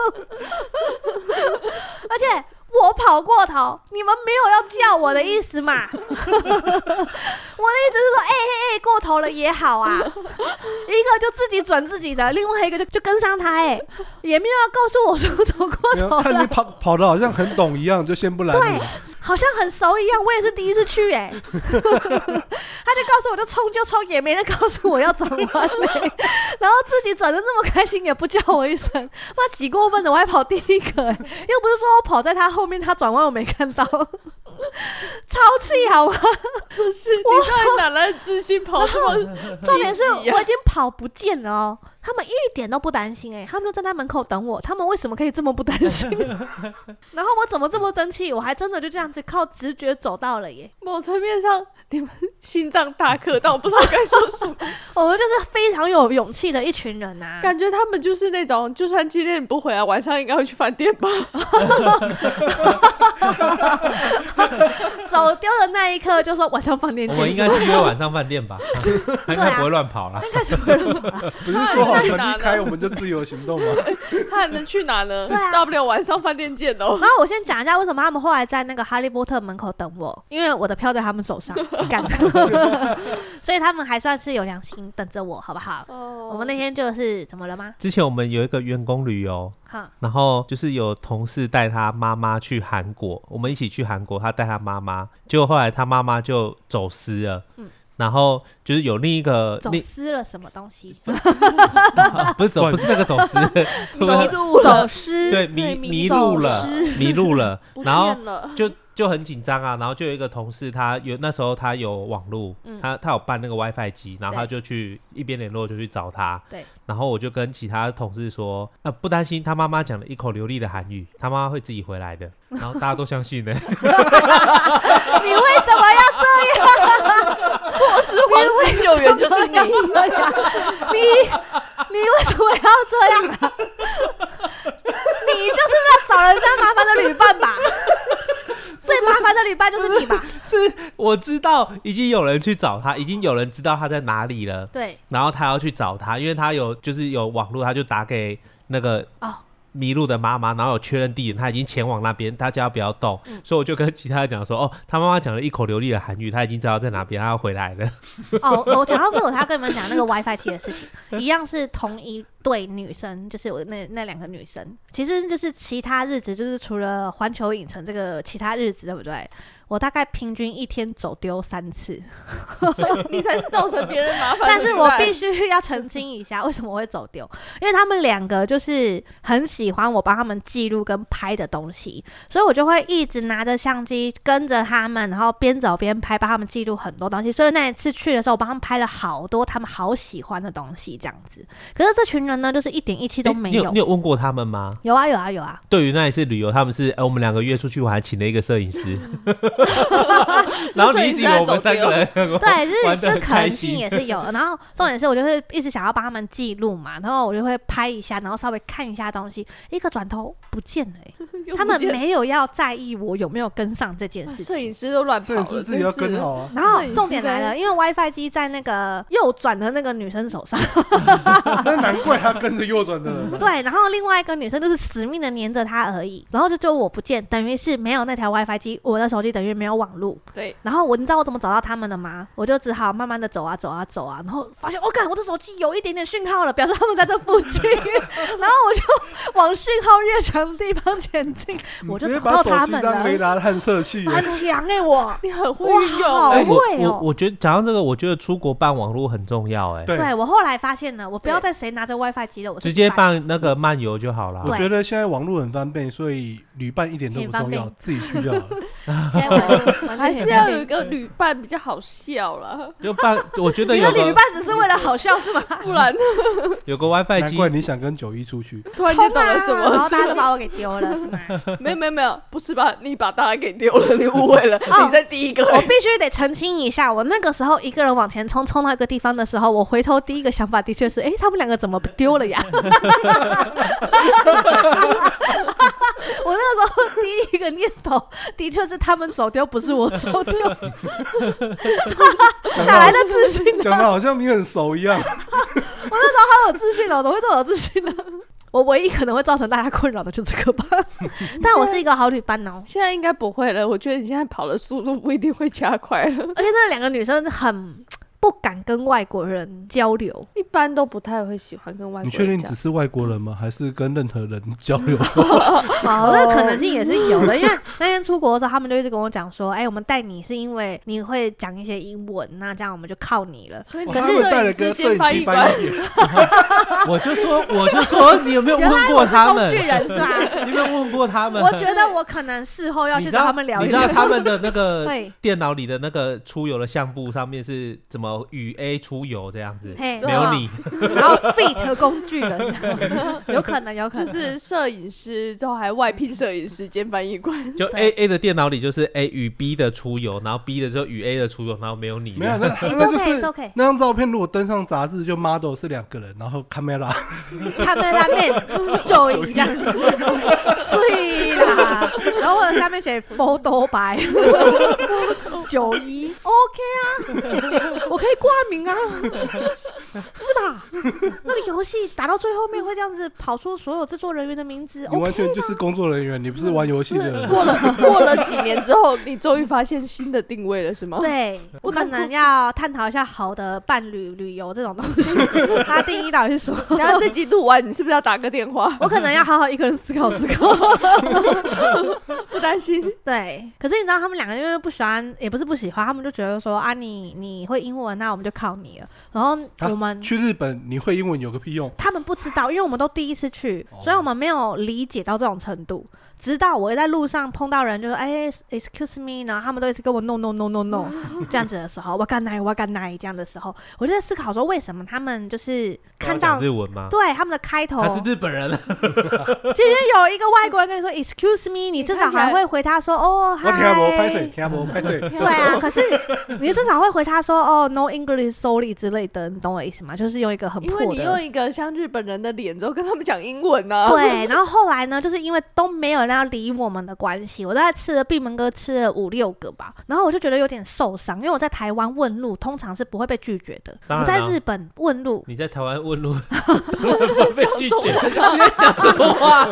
A: 而且。我跑过头，你们没有要叫我的意思嘛？ *laughs* 我的意思是说，哎哎哎，过头了也好啊，一个就自己转自己的，另外一个就就跟上他、哎，也没有要告诉我说走过
B: 没有
A: 头
B: 啊看
A: 了
B: 你，跑跑的好像很懂一样，就先不拦你
A: 对。好像很熟一样，我也是第一次去 *laughs* 哎、他就告诉我就冲就冲，也没人告诉我要转弯欸 *laughs* 然后自己转的那么开心，也不叫我一声，妈几过分的，我还跑第一个、欸，又不是说我跑在他后面，他转弯我没看到， *laughs* 超气好吗？
D: 不是，你到底哪来的自信跑这么？
A: 重点是
D: 积极啊
A: 我已经跑不见了哦，他们一点都不担心哎、他们就站在门口等我，他们为什么可以这么不担心？然后我怎么这么争气？我还真的就这样子靠直觉走到了耶。
D: 某层面上，你们心脏大颗，但我不知道该说 *laughs* 什么。
A: 我们就是非常有勇气的一群人啊呐、
D: 感觉他们就是那种，就算今天你不回来，晚上应该会去饭店吧？
A: 走丢的那一刻就说晚上饭店
C: 我
A: 见，
C: 们应该是约晚上饭
D: *laughs*
C: 店吧，应
D: 啊
C: *laughs* 该不会乱跑啦。
A: 应该是不会录
B: 不是说好门一开我们就自由行动
A: *laughs*
B: 吗？
D: 他还能去哪呢？
A: 对啊
D: 大不了晚上饭店见哦。
A: *laughs* 然后我先讲一下为什么他们后来在那个哈利波特门口等我，因为我的票在他们手上，干，所以他们还算是有良心等着我，好不好？
D: 哦
A: 我们那天就是怎么了吗？
C: 之前我们有一个员工旅游，
A: 哈，
C: 然后就是有同事带他妈妈去韩国，我们一起去韩国，他带他妈妈，结果后来他妈妈就走失了，
A: 嗯
C: 然后就是有另一个
A: 走
C: 另啊
A: 失了什么东西？
C: 不是走
B: 转
C: 不是那个走失，
D: 迷路
A: 走失，
C: 对
D: 对
C: 迷
D: 迷
C: 迷路了
D: 走失
C: 迷路了，
D: 不
C: 然后
D: 见了，
C: 就就很紧张啊，然后就有一个同事，他有那时候他有网路，
A: 嗯
C: 他他有办那个 WiFi 机，然后他
A: 对
C: 就去一边联络就去找他，
A: 对， *laughs*
C: 然后我就跟其他同事说，呃，不担心，他妈妈讲了一口流利的韩语，他妈妈会自己回来
A: *laughs*
C: 的，然后大家都相信呢、
A: 你为什么要
D: 错失 *laughs* 黄金救援就是你。
A: 这样？你你为什么要这样啊、你就是要找人家麻烦的旅伴吧？最麻烦的旅伴就是你吧？
C: 我知道已经有人去找他，已经有人知道他在哪里了，
A: 对，
C: 然后他要去找他，因为他有就是有网络，他就打给那个
A: 哦
C: 迷路的妈妈，然后有确认地点，他已经前往那边，大家不要动。
A: 嗯
C: 所以我就跟其他人讲说，哦，他妈妈讲了一口流利的韩语，他已经知道在哪边，他要回来了。
A: 哦，我讲到这个，我还要跟你们讲那个 WiFi 七的事情，一样是同一对女生，就是我那那两个女生，其实就是其他日子，就是除了环球影城这个其他日子，对不对？我大概平均一天走丢三次，
D: 所 *laughs* 以你才是造成别人麻烦的
A: 但是我
D: 另外
A: 必须要澄清一下，为什么我会走丢？因为他们两个就是很喜欢我帮他们记录跟拍的东西，所以我就会一直拿着相机跟着他们，然后边走边拍，帮他们记录很多东西。所以那一次去的时候，我帮他们拍了好多他们好喜欢的东西，这样子。可是这群人呢，就是一点义气都
C: 诶
A: 没
C: 你有你有问过他们吗？
A: 有啊有啊有啊，
C: 对于那一次旅游，他们是哎、我们两个约出去，我还请了一个摄影师，然后
D: 摄
C: 你
D: 影
C: 一
D: 师
C: 直以为
D: 还
C: 我们
D: 走
C: 三
D: 丢
C: 个人
A: 对，就是
C: 玩
A: 这
C: 得很
A: 可能
C: 开
A: 性
C: 心
A: 也是有的。然后重点是我就会一直想要帮他们记录嘛，然后我就会拍一下，然后稍微看一下东西，一个转头不见了、欸。
D: 又
A: 他
D: 不
A: 们
D: 见
A: 没有要在意我有没有跟上这件事
D: 摄
A: 情。
D: 影师都乱跑
B: 摄影
D: 了，
B: 师自
D: 真
B: 己要
D: 是
B: 跟
D: 的
B: 好啊。
A: 然后
D: 摄影
A: 重
D: 师
A: 点
D: 在
A: 来了，因为 WiFi 机在那个右转的那个女生手上，
B: *laughs* 那难怪他跟着右转的人。啊
A: *laughs* 对，然后另外一个女生就是死命的黏着她而已，然后就就我不见，等于是没有那条 WiFi 机，我的手机等于没有网路，
D: 对，
A: 然后我你知道我怎么找到他们的吗？我就只好慢慢的走啊走啊走啊，然后发现我感、干我的手机有一点点讯号了，表示他们在这附近，然后我就往讯号越强的地方前进，我就
B: 嗯你直
A: 找
B: 接
A: 到
B: 把手
A: 他
B: 机
A: 们
B: 当雷
A: 了。 *laughs*
B: 达探测器耶，
A: 很强哎、我
D: 你很会
A: 哇
D: 运用
A: 好
D: 欸，
A: 会
C: 我
A: 哦
C: 我我觉得讲到这个，我觉得出国办网络很重要、哎，
B: 对
A: 对我后来发现了，我不要
D: 对
A: 再谁拿着 WiFi 机了，我自
C: 直
A: 己
C: 接办那个漫游就好了。
B: 我
A: 对
B: 觉得现在网络很方便，所以旅伴一点都不重要
A: 很方便，
B: 自己去就好
A: *laughs*
B: 了。
A: 现在
C: *laughs*
A: 我我
D: 还是要有一个旅伴比较好笑啦，
C: 就办，我觉得
A: 你
C: 有
A: 的旅
C: 个
A: 伴只是为了好笑是吗？
D: 不然
C: 有个 WiFi
B: 难
C: 机，
B: 怪你想跟九一出去，
D: *laughs* 突然间懂
A: 冲啊
D: 了什
A: 然后
D: 么
A: 大家
D: 是
A: 都
D: 吧？
A: 把我给丢了是吗？
D: *laughs*
C: *laughs*
D: 没有没有没有，不是吧？你把大家给丢了，你误会 *laughs* 了，
A: 哦
D: 你在第一个
A: 我必须得澄清一下，我那个时候一个人往前冲，冲到一个地方的时候，我回头第一个想法的确是，诶，他们两个怎么丢了呀？
C: *laughs*
A: 我那个时候第一个念头的确是他们走丢，不是我走
D: *laughs*
A: 丢，
B: 讲
A: *laughs* 哪来
B: 的
A: 的自信呢？
B: 讲的好像你很熟一样。
A: *laughs* 我那时候好有自信了， *laughs* 我怎么会这么有自信呢？我唯一可能会造成大家困扰的就这个吧， *laughs* 但我是一个好旅伴 *laughs* 哦。
D: 现在应该不会了，我觉得你现在跑的速度不一定会加快了，
A: 而且那两个女生很不敢跟外国人交 *gasps* 流，
D: *laughs* 一般都不太会喜欢跟外
B: 你
D: 国
B: 确定
D: 人
B: 你
D: 讲
B: 只。是外国人吗？还是跟任何人交
A: *laughs*
B: 流？
A: 好，那可能性也是有的，因为那天出国的时候，他们就一直跟我讲说，哎、我们带你是因为你会讲一些英文，那这样我们就靠你了。
D: 所以
B: 哦
D: 你
B: 他
D: 是
B: 们带了
D: 摄影
B: 个
D: 师
B: 摄
D: 兼
B: 影
D: 翻
B: 机
D: 译官， *laughs*
B: 翻译员，
C: 我就说我就说你有没有
A: 原
C: 问
A: 来
C: 过
A: 我是
C: 他
A: 工
C: 们？
A: 具人是吧？
C: 你有没有问过他 *laughs* 们？
A: 我觉得我可能事后要
C: 你
A: 去
C: 知
A: 找
C: 道
A: 他们聊
C: 你
A: 一
C: 知道
A: 聊。
C: 他们的那
A: *laughs*
C: 个
A: 会
C: 电脑里的那个出游的相簿上面是怎么与 A 出游这样子，
A: 嘿，
C: 没有你，
A: 然后 fit 工具人， *laughs* 有可能，有可
D: 就
A: 能，
D: 是摄影师，之后还外聘摄影师兼翻
B: *laughs*
D: 译官，
C: 就
A: 对
C: A A 的电脑里就是 A 与 B 的出游，然后 B 的就与 A 的出游，然后没有你。
B: *laughs* 没有那
A: It's
B: 那就是
A: okay, 哎 it's okay.
B: 那张照片，如果登上杂志，就 model 是两个人，然后 camera
A: *laughs*
B: *laughs*
A: 他们那面就一样，碎啦。然后或者下面写 photo 白九一 OK 啊，我可以挂名啊，是吧？那个游戏打到最后面会这样子跑出所有制作人员的名字
B: 你完
A: ，OK
B: 全就是工作人员，你不是玩游戏
D: 就是
B: 的人。
D: *laughs* 过了过了几年之后，你终于发现新的定位了，是吗？
A: 对，我可能要探讨一下好的伴侣旅游这种东西，它定义到底是什么？
D: 然后这集录完，你是不是要打个电 *laughs* 话？
A: 我可能要好好一个人思考思考。
D: 不担心，
A: 对，可是你知道他们两个因为不喜欢，也不是不喜欢，他们就觉得说啊，你你会英文，那我们就靠你了。然后
B: 啊
A: 我
B: *laughs*
A: 们、
B: 去日本你会英文有个
A: *laughs*
B: 屁用？
A: 他们不知道，因为我们都第一次去，所以我们没有理解到这种程度。直到我在路上碰到人，就说哎、e x c u s e me，然后他们都一直跟我 no no no no no
B: 嗯
A: 这样子的时候，我干奶我干奶这样的时候，我就在思考说为什么他们就是看
C: 他
A: 到
C: 讲日文吗？
A: 对哦他们的开头，
C: 他是日本人啊 *laughs* 了，
A: 今天有一个外国人跟你说 excuse me，你至少
D: 看起来
A: 还会回他说
C: *laughs*
A: 哦
B: 我
A: 嗨。
B: 听不懂拍水，听不懂拍水。。
D: *laughs* *laughs* 对
A: 对啊，，可是你至少会回他说哦，no English sorry 之类的，你懂我意思吗？就是用一个很
D: 因
A: 破
D: 为你用
A: 的。
D: 一个像日本人的脸之后跟他们讲英文呢、啊，
A: 对，然后后来呢，就是因为都没有人要理我们的关系，我大概吃了闭门羹，吃了五六个吧，然后我就觉得有点受伤，因为我在台湾问路通常是不会被拒绝的，
C: 当
A: 我
C: 然
A: 在
C: 啊
A: 日本问路，
C: 你在台湾问路，被拒
D: 中
C: 绝，
D: 文啊，
C: 讲 *laughs* 什么话？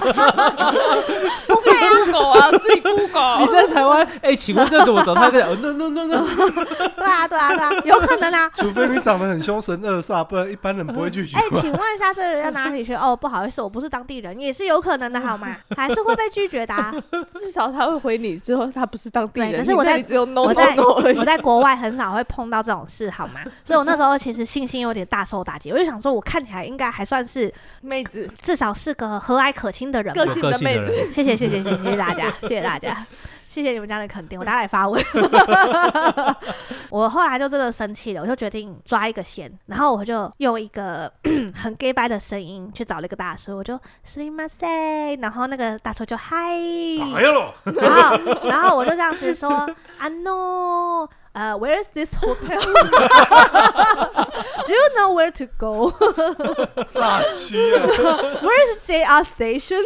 D: 自己 Google 啊，自己 Google，
C: 你在台湾？哎，请问这怎么走？他 *laughs* 跟你讲哦 no no no no，
A: 对啊对啊对
C: *laughs*
A: 啊，有可能啊
B: *laughs* 除非你长得很凶神恶煞，不然一般人不会拒绝
A: 哎、
B: 吧。
A: 请问一下，这个人要哪里学？哦，不好意思，我不是当地人，也是有可能的，好吗？还是会被拒绝的啊、
D: 至少他会回你之后，他不是当地
A: 对
D: 人，
A: 可是我
D: 你这
A: 在
D: 里只有 no
A: 我
D: no
A: 在
D: no *laughs* 而已
A: 我。在国外很少会碰到这种事，好吗？所以我那时候其实信心有点大受打击，我就想说，我看起来应该还算是
D: 妹子，
A: 至少是个和蔼可亲的人吧
D: 个。性的妹
C: 有个
D: 子
C: 性的，
A: 谢谢谢谢谢谢谢谢大家，谢谢大家。谢谢你们这样的肯定，我打来发问。 *laughs* 我后来就真的生气了，我就决定抓一个线，然后我就用一个很 *coughs* gay 白的声音去找了一个大叔，我就 s l i m a s e 然后那个大叔就嗨，
B: 哎
C: 呀喽，
A: 然后，然后我就这样子说，I know，呃、w h e r e is this *laughs* hotel？Do you know where to go？Where
B: 炸区啊！。
A: is JR station？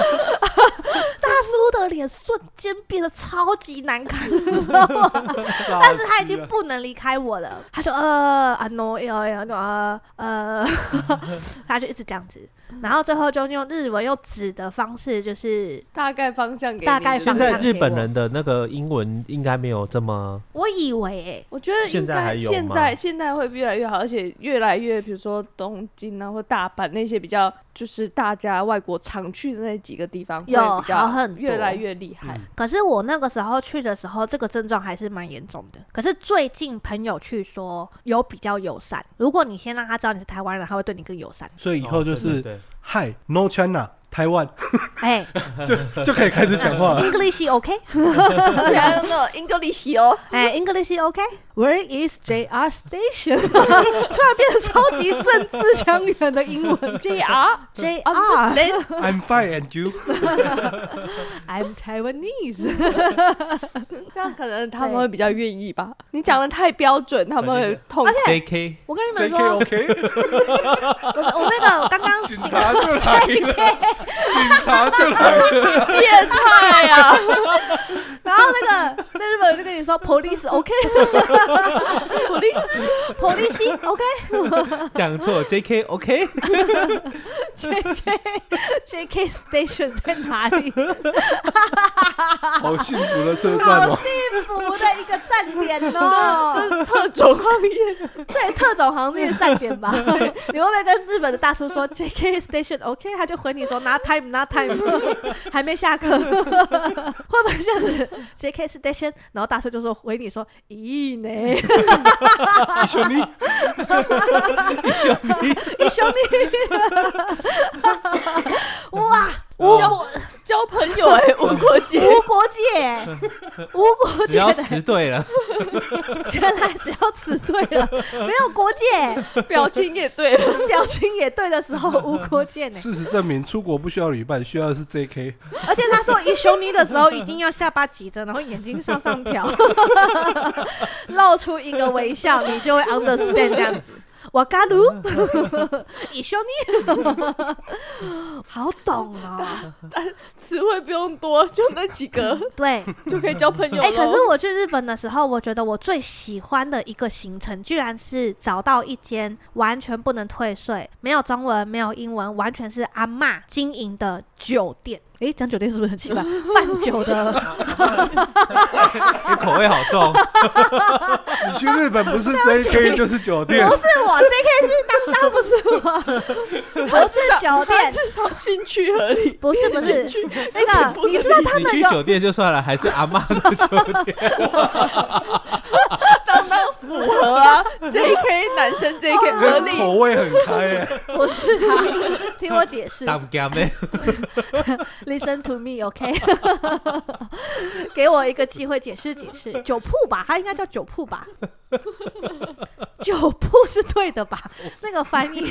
A: 大叔的脸瞬间变得超级难看，你知道吗？但是他已经不能离开我了，他就呃，I know，呃呃呃， *laughs* 他就一直这样子，然后最后就用日文用指的方式，就是
D: 大概方向给你
A: 大概
D: 是
C: 现
D: 不
A: 方
D: 是
C: 在
A: 向
C: 日本人的那个英文应该没有这么
A: 我以为、欸。
D: 我觉得应
C: 现在还
D: 该
C: 有
D: 现
C: 吗
D: 在现在会越来越好，而且越来越，比如说东京啊或大阪那些比较，就是大家外国常去的那几个地方，
A: 有
D: 会比较
A: 好很多
D: 越来越厉害。
A: 可是我那个时候去的时候，这个症状还是蛮严重的。可是最近朋友去说有比较友善，如果你先让他知道你是台湾人，他会对你更友善
B: 所以以后就
C: 哦对
B: 是
C: 对
B: 嗨 No China 台湾
A: 哎、
B: 就 *laughs* 就可以开始讲话
A: e
B: 了。
A: *laughs* n g l i s h OK，
C: 嗯
D: 而且还有那种 English 哦，
A: 哎、e n g l i s h OK，Where is JR Station？突然变得超级政治腔圆的英
D: *laughs* 嗯
A: 文
D: JR
A: JR。
D: understand
B: I'm fine and you，
A: I'm Taiwanese。
D: 这样可能他们会比较愿意吧。你讲的太标准，他们会痛苦。
C: 对，JK
A: 我跟你们
B: JK
A: 说， *laughs*
B: OK，
A: 我我那个
B: *laughs*
A: 刚刚
B: 警
A: 醒
B: 察就来了，警察就来了，
D: 变态啊！
A: *laughs* 然后那个那日本人就跟你说 police OK
D: 我历史
A: police OK
C: 讲错，JK OK，
A: *laughs* JK JK Station 在哪里？
B: 好幸福的车站
A: 好
B: 哦。
A: 幸福的一个站点哦！
D: 是特种行业，
A: 对，特种行业站点吧？你会不会跟日本的大叔说 JK Station OK？他就回你说 Not time, Not time，还没下课，会不会这样子？JK Station，然后大叔就说回你说咦呢？
B: 一兄弟，
A: 一兄弟， *laughs* 哇！无
D: 交
A: 国
D: 交朋友 *laughs* 哎，无国界。
A: 无国界，无国
C: 只
A: 界
C: 要
A: 的，
C: 词对了，
A: 原来只要词对了，没有国界，
D: 表情也对了，
A: 表情也对的时候无国界呢。
B: 事实证明出国不需要旅伴，需要的是 JK。
A: 而且他说一休尼的时候，一定要下巴挤着，然后眼睛上上挑，露出一个微笑，你就会 understand 这样子。瓦嘎鲁，一休尼，好懂哦。
D: 词汇不用多，就那几 *laughs* 个
A: 对，
D: 就可以交朋友
A: 哎、可
D: 咯
A: 是我去日本的时候，我觉得我最喜欢的一个行程，居然是找到一间完全不能退税、没有中文、没有英文，完全是阿嬷经营的酒店。诶、讲酒店是不是很奇 *laughs* 怪？贩酒的
C: 你口味好重，
B: 你去日本不
A: *laughs*
B: 是 JK 就是酒
A: 不
B: 店，
A: 是我，J.K. 是当当，不是我，不是酒
D: 他
A: 店，
D: 至少兴趣合理，
A: 不是不是
D: 兴趣
A: 那个你知道他
C: 你
A: 们
C: 去
A: 有
C: 酒店就算了，还是阿妈的酒店，
D: 当当符合啊
A: *laughs*
D: ，JK 男生 JK 合
B: 那口
D: 理，
B: 味很开哎。
A: 不是啊？听我解释
C: *laughs* 当干妹，
A: ，Listen to me，OK？、给我一个机会解释解释，酒铺吧，它应该叫酒铺吧？酒铺是对的吧？那个翻译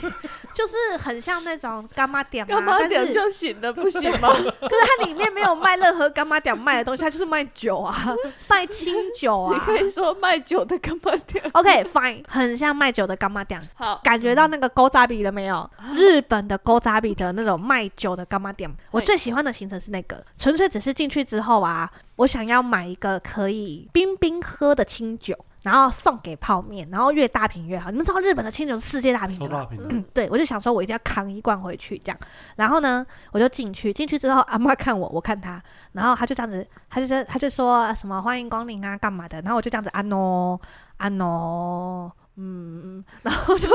A: 就是很像那种干妈店
D: 干
A: 嘛，
D: 嘛
A: 但
D: 点
A: 是
D: 就行了，不行
A: *laughs*
D: 吗？
A: 可是它里面没有卖任何干妈店卖的东西，它就是卖酒啊，卖清酒
D: 你
A: 啊
D: 可。以说卖酒的干嘛点
A: *laughs* OK，fine，、很像卖酒的干妈店。
D: 好。
A: 感觉到那个勾扎比了没有？日本的勾扎比的那种卖酒的干妈店，我最喜欢的行程是那个，纯粹只是进去之后啊，我想要买一个可以冰冰喝的清酒，然后送给泡面，然后越大瓶越好。你们知道日本的清酒是世界大瓶
B: 超
A: 的
B: 大
A: 吗？
B: 瓶的，
A: 对，我就想说，我一定要扛一罐回去这样。然后呢，我就进去，进去之后，阿妈看我，我看她，然后她就这样子，她就说，她就说什么欢迎光临啊，干嘛的。然后我就这样子，啊喏，啊喏，啊嗯， *laughs* 然后就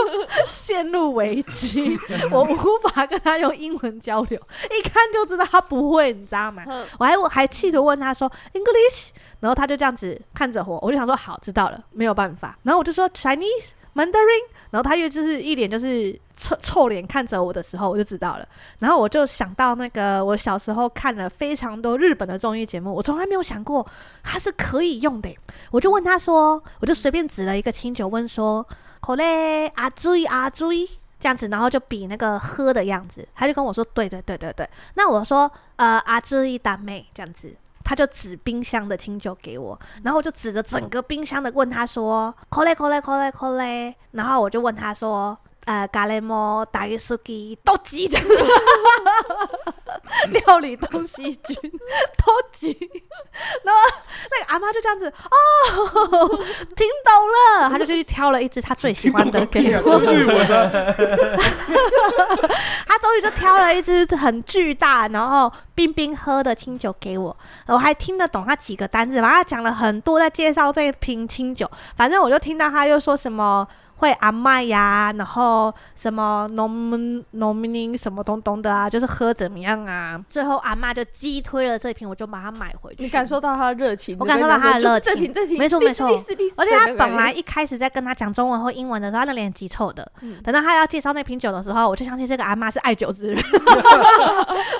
A: 陷入危机，我无法跟他用英文交流，一看就知道他不会，你知道吗？
D: 哼
A: 我还我还企图问他说 English，然后他就这样子看着我，我就想说好，知道了，没有办法。然后我就说 Chinese Mandarin，然后他又就是一脸就是臭臭脸看着我的时候，我就知道了。然后我就想到那个我小时候看了非常多日本的综艺节目，我从来没有想过它是可以用的耶。我就问他说，我就随便指了一个清酒问说，口嘞啊注意啊注意。这样子，然后就比那个喝的样子，他就跟我说：“对对对对对。”那我说：“呃，阿志一大妹这样子。”他就指冰箱的清酒给我，然后我就指着整个冰箱的问他说：“口嘞口嘞口嘞口嘞。”然后我就问他说：“呃，咖喱莫打鱼苏基都急这样子，料理东西君都急。”然后那个阿妈就这样子哦，听懂了，他就去挑了一只他最喜欢
B: *laughs*
A: 的给我。
B: 啊日文的，
A: 他终于就挑了一支很巨大，然后冰冰喝的清酒给我，我还听得懂他几个单字嘛，他讲了很多在介绍这一瓶清酒，反正我就听到他又说什么。会阿麦呀、然后什么农农民什么东东的啊，就是喝怎么样啊？最后阿妈就击推了这瓶，我就把它买回去。
D: 你感受到他的热情，
A: 我感受到他的热情
D: 就是这瓶这瓶，
A: 没错
D: 第四
A: 没错
D: 第四第四，
A: 而且他
D: 那个
A: 本来
D: 感觉
A: 一开始在跟他讲中文或英文的时候，他的脸极臭的。
D: 嗯
A: 等到他要介绍那瓶酒的时候，我就相信这个阿妈是爱酒 *laughs* 之人，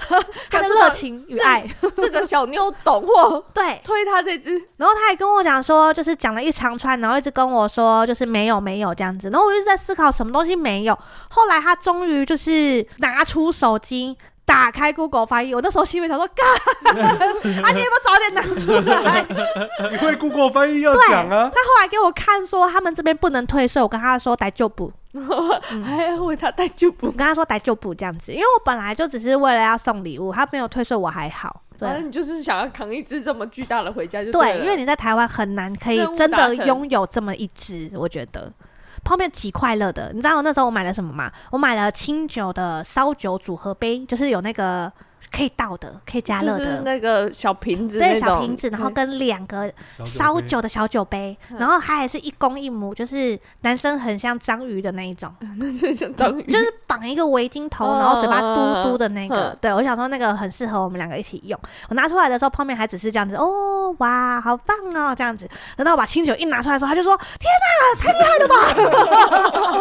A: 他
D: 感
A: 的
D: 受到
A: 热情与爱。
D: 这个小妞懂我
A: 对，
D: 推他这只，
A: 然后他还跟我讲说，就是讲了一长串，然后一直跟我说就是没有没有这样子，然后我一直在思考什么东西没有。后来他终于就是拿出手机。打开 Google 翻译，我那时候心里想说：“干，啊，你有没有早点拿出 *laughs* 来？”啊
B: 你会 Google 翻译要讲啊？
A: 他后来给我看说他们这边不能退税，我跟他说逮就补，
D: 还要为他带就
A: 我
D: 补，
A: 跟他说逮就补这样子，因为我本来就只是为了要送礼物，他没有退税我还好。
D: 反
A: 对
D: 哦正你就是想要扛一只这么巨大的回家就
A: 对，
D: 了
A: 因为你在台湾很难可以
D: 任务
A: 真的
D: 达成
A: 拥有这么一只，我觉得。泡面极快乐的，你知道我那时候我买了什么吗？我买了清酒的烧酒组合杯，就是有那个可以倒的、可以加热
D: 就是
A: 的，
D: 那个小瓶子
A: 对
D: 那种，
A: 小瓶子，然后
D: 对
A: 跟两个烧
B: 烧
A: 酒的小酒杯，
D: 嗯
A: 然后它还是一公一母，就是男生很像章鱼的那一种，
D: *laughs* 就像章鱼，
A: 就是绑一个围巾头，
D: 嗯
A: 然后嘴巴嘟嘟的那
D: 嗯
A: 个
D: 嗯。
A: 对我想说那个很适合我们两个一起用。我拿出来的时候，泡面还只是这样子，哦哇，好棒哦这样子。等到我把清酒一拿出来的时候，他就说：“天哪、太厉害了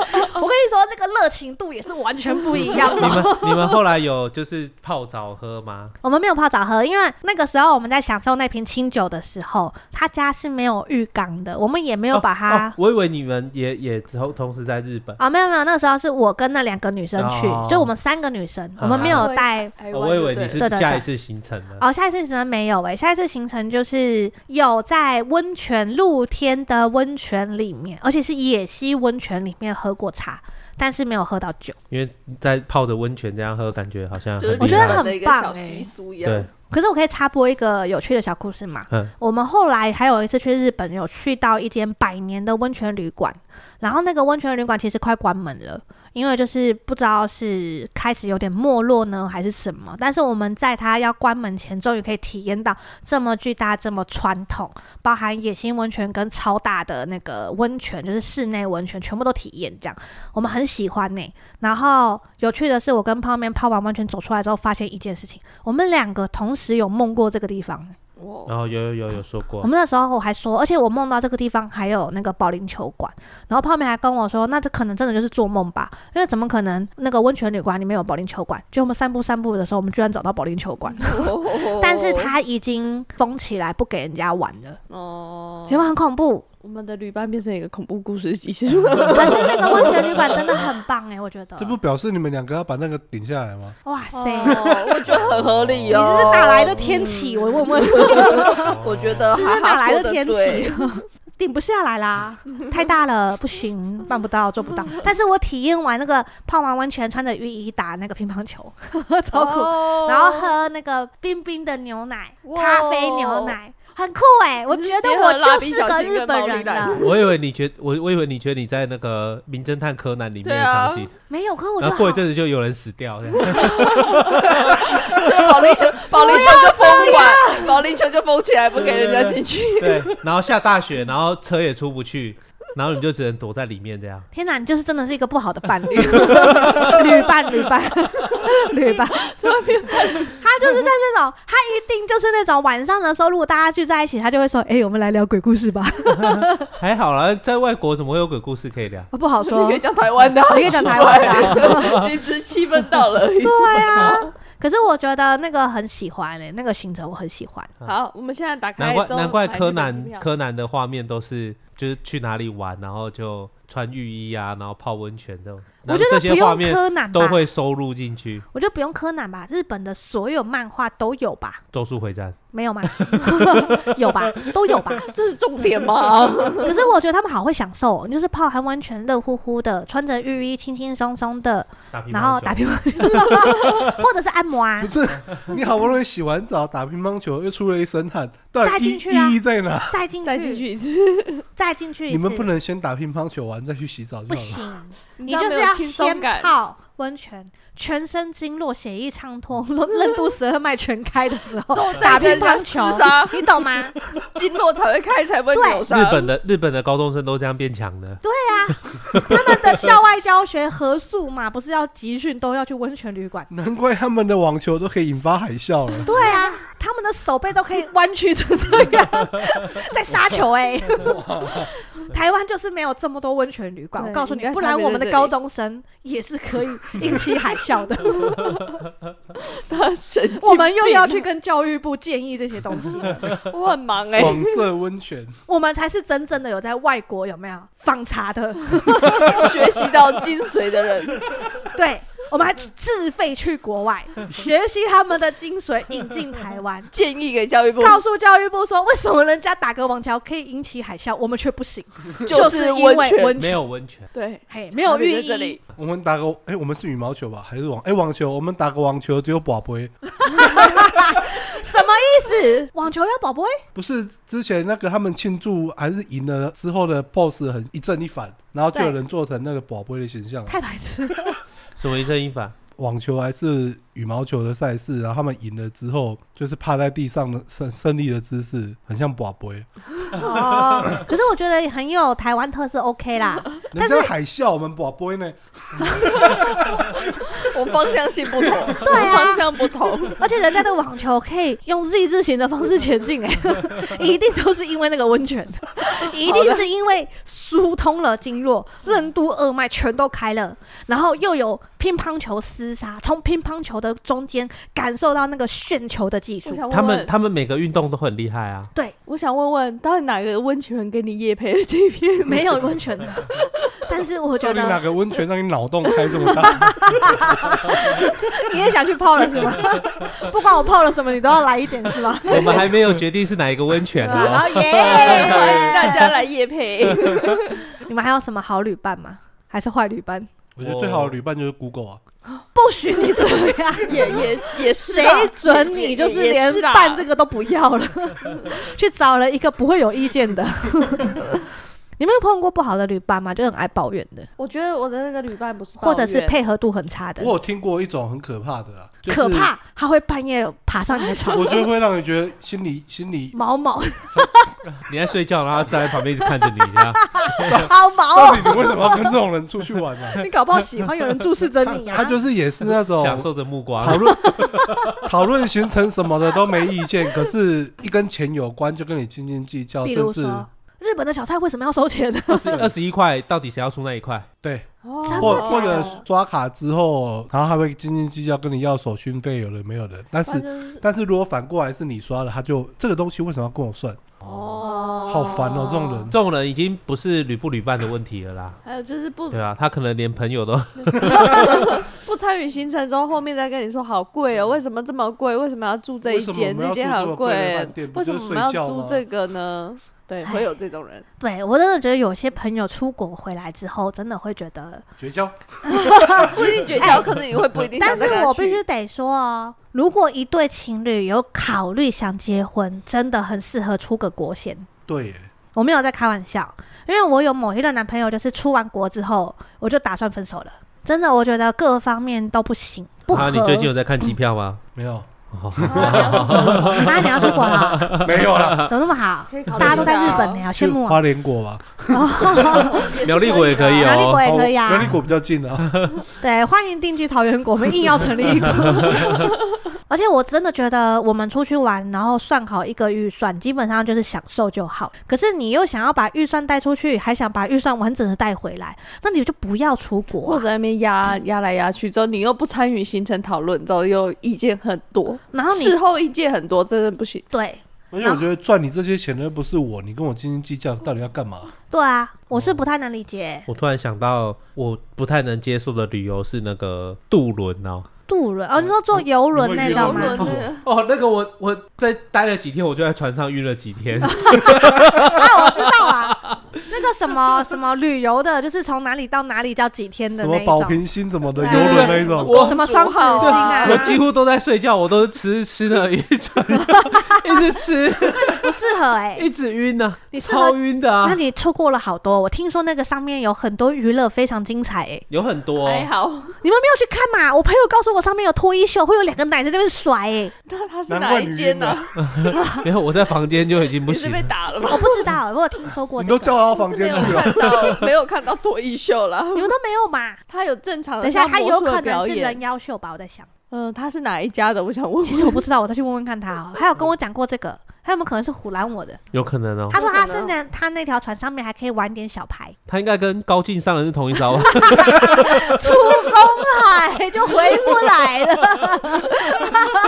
A: 吧！” *laughs* 我跟你说，那个热情度也是完全不一样
C: 你
D: *laughs*
A: 的。
C: 们你们后来有就是泡澡喝吗？
A: 我们没有泡澡喝，因为那个时候我们在享受那瓶清酒的时候，他家是没有浴缸的，我们也没有把它
C: 哦哦我以为你们也也同同时在日本。
A: 啊、没有没有，那个时候是我跟那两个女生去，
C: 哦
A: 就我们三个女生，我们没
D: 嗯
A: 有带。
D: 台
C: *laughs* 哦
D: 湾
C: 我以
D: 就
C: 为
D: 哎对
C: 你是
D: 了
A: 对对
C: 下一次行程呢。
A: 哦，下一次行程没有诶、下一次行程就是有在温泉露天的温泉里面，而且是野溪温泉里面喝过茶，但是没有喝到酒。
C: 因为在泡着温泉这样喝，感觉好像
D: 就是
C: 很
A: 我
C: 厉
A: 觉得
C: 害
A: 很
D: 的一个
A: 棒
D: 小
A: 欸
D: 习俗一
C: 对
D: 样，，
A: 可是我可以插播一个有趣的小故事嘛？
C: 嗯
A: 我们后来还有一次去日本，有去到一间百年的温泉旅馆，然后那个温泉旅馆其实快关门了，因为就是不知道是开始有点没落呢，还是什么。但是我们在它要关门前，终于可以体验到这么巨大、这么传统，包含野性温泉跟超大的那个温泉，就是室内温泉，全部都体验这样，我们很喜欢呢、然后有趣的是，我跟泡面泡完温泉走出来之后，发现一件事情，我们两个同时有梦过这个地方。
D: 哇，
C: 然后有有有有说过
A: 我，们那时候我还说，而且我梦到这个地方还有那个保龄球馆，然后泡面还跟我说，那这可能真的就是做梦吧，因为怎么可能那个温泉旅馆里面有保龄球馆？就我们散步散步的时候，我们居然找到保龄球馆，
D: 哦
A: 但是它已经封起来不给人家玩了，
D: 哦
A: 有，没有很恐怖？
D: 我们的旅伴变成一个恐怖故事集，
A: 可是那个温泉旅馆真的很棒哎、我觉得
B: 这。不表示你们两个要把那个顶下来吗？
A: 哇塞，
D: *laughs* 哦，我觉得很合理哦。嗯
A: 这是哪来的天启？我问问，
D: *laughs* 我觉
A: *laughs*
D: 得
A: 这是
D: 哈
A: 哪
D: 哈
A: 来
D: 说
A: 的
D: 的
A: 天
D: 对
A: 气，？ *laughs* 顶不下来
D: *laughs*
A: 啦，太大了，不行，办不到，做不到。但是我体验完那个泡完温泉，穿着浴衣打那个乒乓球， *laughs* 超酷，
D: 哦
A: 然后喝那个冰冰的牛奶，
D: 哇哦
A: 咖啡牛奶，很酷哎、我觉得
D: 结合
A: 我
D: 蜡
A: 就
D: 笔
A: 是
D: 小
A: 个
D: 新
A: 日
D: 跟
A: 本
D: 毛利
A: 人
D: 兰
A: 了，
C: 我以为你觉我我以为你觉得你在那个《名侦探柯南》里面
D: 对
C: 的
D: 啊
C: 场景，
A: 没有，可是我觉
C: 然
A: 得
C: 后过一
A: 好
C: 阵子就有人死掉，这样
A: *laughs*
D: 所以保龄球，保龄球就封管，保龄球就封起来，不给人家进去。
C: 对，然后下大雪，然后车也出不去，然后你就只能躲在里面这样。
A: 天哪，你就是真的是一个不好的伴
D: *laughs*
A: 侣，旅伴，旅伴， *laughs* 旅伴。
D: 突然变
A: 他就是在那种，他一定就是那种晚上的时候，如果大家聚在一起，他就会说：“哎、我们来聊鬼故事吧。”
C: 还好啦，在外国怎么会有鬼故事可以聊？
A: 哦不好说
D: *laughs* 可以，讲台湾的啊，
A: 你可以讲台湾的啊
D: 的 *laughs* 啊，你只是气氛到了而已。
A: 对啊。可是我觉得那个很喜欢诶、欸那个行程我很喜欢。
D: 好，我们现在打开
C: 难怪
D: 中哎
C: 难怪
D: 买
C: 柯
D: 那个机
C: 南
D: 票
C: 柯南的画面都是就是去哪里玩，然后就穿浴衣啊，然后泡温泉这种。
A: 我
C: 然
A: 觉
C: 后
A: 得
C: 这
A: 不
C: 些画
A: 用
C: 面
A: 柯南吧
C: 都，会收录进去《
A: 我觉得不用柯南吧，日本的所有漫画都有吧？
C: 咒术回战》。
A: 没有吗？有吧，都有吧。
D: 这是重点吗？
A: *laughs* 可是我觉得他们好会享受、哦，就是泡寒温泉，热乎乎的，穿着浴衣，轻轻松松的，
C: 打乒
A: 然后
C: 乓
A: 打
C: 球，
A: 乒乓球，或者是按摩啊
B: 不，是，你好不容易洗完澡打乒乓球，又出了一身汗，到
A: 再
B: 底
A: 进
B: 意
A: 去啊
B: 意义在哪？
A: 再进去，
D: 再进，去一次，
A: 再进去一次。
B: 你们不能先打乒乓球完再去洗澡就
A: 不
B: 好了。
A: 行，
D: 你
A: 你
D: 知道
A: 就
D: 没
A: 是
D: 有
A: 要
D: 轻松
A: 先
D: 感。
A: 泡温泉，全身经络、血液畅通、任督十二脉全开的时候
D: *laughs* 之后，
A: 打
D: 再
A: 乒
D: 跟
A: 乓
D: 人家
A: 球
D: 厮杀，
A: 你懂吗？
D: 经络才会开，才不会
A: 对
D: 扭伤。
C: 日本的日本的高中生都这样变强的。
A: 他们的校外教学合宿嘛，不是要集训都要去温泉旅馆？
B: 难怪他们的网球都可以引发海啸
A: *laughs*
B: 了。
A: 对啊，他们的手背都可以弯曲成这样，在杀球哎、台湾就是没有这么多温泉旅馆，
D: 对
A: 我告诉你
D: 应该，是
A: 不然我们
D: 在
A: 的
D: 这里
A: 高中生也是可以引起海啸
D: *laughs*
A: 的。
D: 他神经病，
A: 我们又要去跟教育部建议这些东西了，
D: *laughs* 我很忙哎、
B: 广色温泉，
A: 我们才是真正的有在外国有没有访查
D: *laughs*
A: 的？
D: 学习到精髓的人，
A: 对，我们还自费去国
D: *laughs*
A: 外学习他们的精髓，引进台湾。
D: 建议给教育部，
A: 告诉教育部说，为什么人家打个网球可以引起海啸，我们却不
D: *laughs*
A: 行？
D: 是
A: 因
D: 温
A: 为
D: 泉，
A: 温
C: 没
A: 泉
C: 有温泉，
D: 对，
A: 嘿，没有
D: 差别
A: 寓
D: 在
A: 意。
D: 这里，
B: 我们打个哎、我们是羽毛球吧，还是网哎、网球？我们打个网球只有宝贝，
A: 什么意思？网球要宝贝？
B: 不是之前那个他们庆祝还是赢了之后的 pose 很一正一反，然后就有
A: 对
B: 人做成那个宝贝的形象啊。
A: 太白
D: *laughs*
A: 痴了！
C: 什么一正一反？
B: 网球还是羽毛球的赛事，然后他们赢了之后，就是趴在地上的胜胜利的姿势，很像宝贝。
A: 哦，可是我觉得很有台湾特色，OK 啦。
B: 人
A: *laughs* 但是
B: 家海啸，我们宝贝呢？
D: 我方向性
A: *laughs*
D: 不同，
A: 啊
D: 我方向不同，
A: 而且人家的网球可以用 Z 字形的方式前进，哎，一定都是因为那个温泉，一定是因为疏通了经络，任督二脉全都开了，然后又有乒乓球厮杀，从乒乓球的中间感受到那个旋球的技
D: 我 *laughs*
A: 术。
D: 想
C: 他
D: 问
C: 们
D: 问，
C: 他们每个运动都很厉害
A: *laughs*
C: 啊。
D: 我想问问，到底哪个温泉给你夜陪了这一篇？
A: 没有温泉的，但是我觉
B: 到底哪
A: 得
B: 个温泉让你脑洞
A: *laughs*
B: 开这么大？
A: 你也想去泡了是吗？不管我泡了什么，你都要来一点是吧？
C: 我们还没有决定是哪一个温泉
A: 然
C: 哦。
A: 后耶，
D: 欢迎大家来
A: *laughs*
D: 夜陪，
A: 你们还有什么好旅伴吗？还是坏旅伴？
B: 我觉得最好的旅伴就是 Google 啊。
A: 不许你这样！
D: 也也也是
A: 谁
D: 啦，
A: 准你就是啊连办这
D: 个
A: 个都不要 *laughs* 了，去找了一个不会有意见的。 *laughs* 你没有碰过不好的旅伴吗？就很爱抱怨的，
D: 我觉得我的那个旅伴不是抱
A: 或
D: 怨，
A: 者是配合度很差的
B: 我，有听过一种很可怕的啊，就是
A: 可怕，他会半夜爬上你的
B: *laughs*
A: 床，
B: 我觉得会让你觉得心里心
A: *laughs*
B: 里
A: 毛毛，
C: 你在睡觉，然后站在旁边一直看着你，这
A: *laughs*
B: *laughs*
C: 样
A: 好毛
B: 到
A: 哦！
B: 底你为什么要跟这种人出去玩呢、啊
A: 你搞不好喜欢有人注视着你
B: *laughs* 他
A: 啊！
B: 就是也是那种
C: 享受着目光
B: 讨。论 *laughs* 讨论行程什么的都没意见，可是一跟钱有关就跟你斤斤计较，
A: 比
B: 甚
A: 如
B: 至
A: 说，日本的小菜为什么要收钱呢？
C: 二十二十一块，到底谁要出那一块？
B: 对，
D: 哦，
A: 真的
B: 或
A: 假
B: 或
A: 的
B: 者刷卡之后，然后还会斤斤计较跟你要手续费，有的没有的。但
D: 反
B: 是
D: 正就是
B: 但是如果反过来是你刷了，他就这个东西为什么要跟我算？
D: 哦，
B: 好烦哦，这种人
C: 这。种人已经不是旅不旅伴的问题了啦，
D: 还有就是
A: 嗯
D: 不
C: 对啊，他可能连朋友都
D: 不参与行程之后，后面再跟你说好贵哦，为什么这么贵？为什么要住这一间？
B: 为什么我们要
D: 这间
B: 住这
D: 好
B: 么
D: 贵
B: 贵的饭店，不
D: 为什
B: 就是
D: 么我们要
B: 睡觉吗
D: 租这个呢？对，
A: 哎
D: 会有这
A: *laughs*
D: 种人，
A: 对我真的觉得有些朋友出国回来之后，真的会觉得
B: 绝交，
D: 不一定绝交，可是你会不一定
A: 哎但
D: 想
A: 是
D: 再跟他
A: 我必须
D: 去。
A: 得说哦，如果一对情侣有考虑想结婚，真的很适合出个国险。
B: 对耶，
A: 我没有在开玩笑，因为我有某一任男朋友，就是出完国之后，我就打算分手了。真的，我觉得各方面都不行，不合。
C: *laughs*
A: 嗯
C: 啊啊，你最近有在看机票吗？
B: 没有，
D: 哦
A: *laughs* 啊，你要出国了，
B: *laughs* 没有啦，
A: 怎么那么好？
D: 可以考虑哦
A: 大家都在日本呢，好
B: 去
A: 羡慕啊！
B: 花莲国吧，
D: 也是
C: *laughs* 苗栗国也可以
D: 的啊
A: 苗
C: 哦
A: 栗国也可以
B: 苗栗
A: 啊，
B: 国比较近啊，
A: *laughs* 对，欢迎定居桃园国，我们硬要成立一个。 *laughs* 而且我真的觉得，我们出去玩，然后算好一个预算，基本上就是享受就好。可是你又想要把预算带出去，还想把预算完整的带回来，那你就不要出国
D: 或
A: 啊、
D: 者在那边压压来压去，之后你又不参与行程讨论，之后又意见很多，
A: 然后
D: 事
A: 你
D: 后意见很多，真的不行。
A: 对
B: 而且我觉得赚你这些钱的又不是我，你跟我斤斤计较到底要干嘛？
A: 对啊，我是不太能理解
C: 我突然想到，我不太能接受的旅游是那个渡轮哦。
A: 渡轮哦，你说坐游轮那
B: 游
A: 种吗？
D: 轮
B: 吗
D: 呢？
C: 哦，那个我我在待了几天，我就在船上晕了几
A: *laughs*
C: 天。
A: 啊，我知道啊，那个什么什么旅游的，就是从哪里到哪里叫几天的
B: 什
A: 那
B: 么
A: 一
B: 保
A: 种，
B: 平星什么的
A: 对
B: 游轮那一
D: 什
B: 种，
D: 么
A: 什么双子星啊
D: 公主号
C: 我几乎都在睡觉，我都是吃吃那个晕船， *laughs* 一直吃，
A: 不适合哎、
C: 一直晕呐、
A: 你适合
C: 超晕的
A: 那
C: 啊，
A: 你错过了好多。我听说那个上面有很多娱乐，非常精彩哎、
C: 有很多。哦
D: 还
A: *laughs*
D: 好，
B: 哦
A: 你们没有去看嘛？我朋友告诉我上面有脱衣秀，会有两个奶在那边甩哎、
D: 那他是
B: 难
D: 哪
B: 怪
D: 一
B: 你
D: 间
B: 晕啊
D: 呢、
B: 了
C: 然后我在房间就已经不
D: 你是
C: 行
D: 被
C: 了。
D: 打了吗？
A: *laughs* 我不知道，我有听说过、
B: 你
A: 这
B: 都
A: 个，
B: 叫到
D: 我
B: 房
D: 是没
B: 间
D: 有
B: 去啊了，
D: 看到， *laughs* 没有看到多艺秀啦。
A: 你们都没有嘛？
D: 他有正常的，
A: 等一下，他有可
D: 表
A: 能是人
D: 演。
A: 妖秀吧？我在想，
D: 嗯，他是哪一家的？我想 *laughs*
A: *laughs*
D: 问
A: 其实
D: 问。
A: 我不知道，我再去问问看他哦。 *laughs* 还有跟我讲过这个，还有没有可能是唬烂我的？
C: 有可能哦，
A: 他说他
D: 有可
A: 真
D: 能
A: 的，他那条船上面还可以玩点小牌。
C: 他应该跟高进上人是同一艘吧。
A: *laughs* 出公海就回不来 *laughs* 了。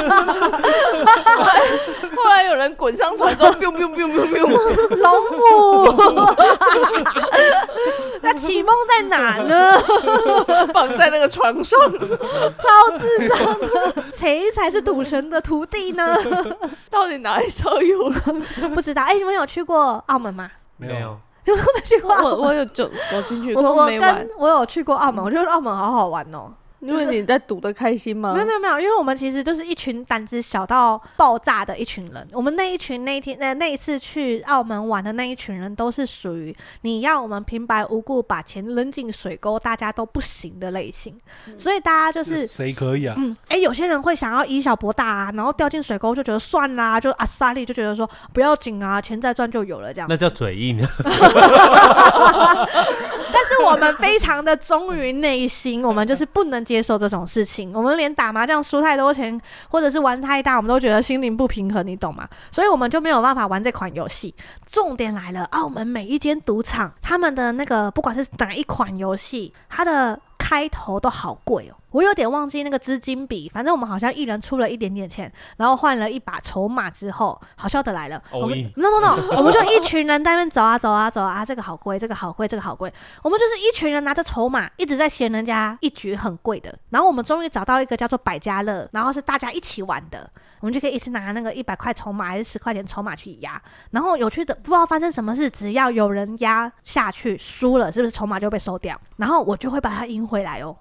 D: 后来后来有人滚上船之后，biu biu biu biu biu，
A: 龙母， *laughs* 那启蒙在哪呢？
D: *laughs* 绑在那个床上。
A: 超智障的，谁才是赌神的徒弟呢？
D: 到底哪一艘有了？
A: 不知道。哎、你们有去过澳门吗？
C: *laughs* *laughs* 没有，
A: 你们都没去过澳
D: 我
A: 门。
D: 我有走走进去，
A: 我
D: 可
A: 我
D: 没玩
A: 跟。我有去过澳门，我觉得澳门好好玩哦。
D: 因为你在赌的开心吗？
A: 没有没有没有，因为我们其实就是一群胆子小到爆炸的一群人。我们那一群那一天那那一次去澳门玩的那一群人，都是属于你要我们平白无故把钱扔进水沟，大家都不行的类型。所以大家就是。
B: 谁可以啊？
A: 嗯，哎、有些人会想要以小博大啊，然后掉进水沟就觉得算啦，就阿萨利就觉得说不要紧啊，钱再赚就有了这样
C: 那。叫嘴硬。 *laughs*
A: *laughs* 但是我们非常的忠于内心，我们就是不能接受这种事情。我们连打麻将输太多钱，或者是玩太大，我们都觉得心灵不平衡，你懂吗？所以我们就没有办法玩这款游戏。重点来了，澳门每一间赌场，他们的那个不管是哪一款游戏，它的开头都好贵哦。我有点忘记那个资金比，反正我们好像一人出了一点点钱，然后换了一把筹码之后，好笑的来了，我们
C: All in
A: no no no，我们就一群人在那边走啊走啊走啊，这个好贵，这个好贵，这个好贵，我们就是一群人拿着筹码，一直在嫌人家一局很贵的。然后我们终于找到一个叫做百家乐，然后是大家一起玩的，我们就可以一直拿那个一百块筹码还是十块钱筹码去压。然后有趣的，不知道发生什么事，只要有人压下去输了，是不是筹码就被收掉？然后我就会把它赢回来哦，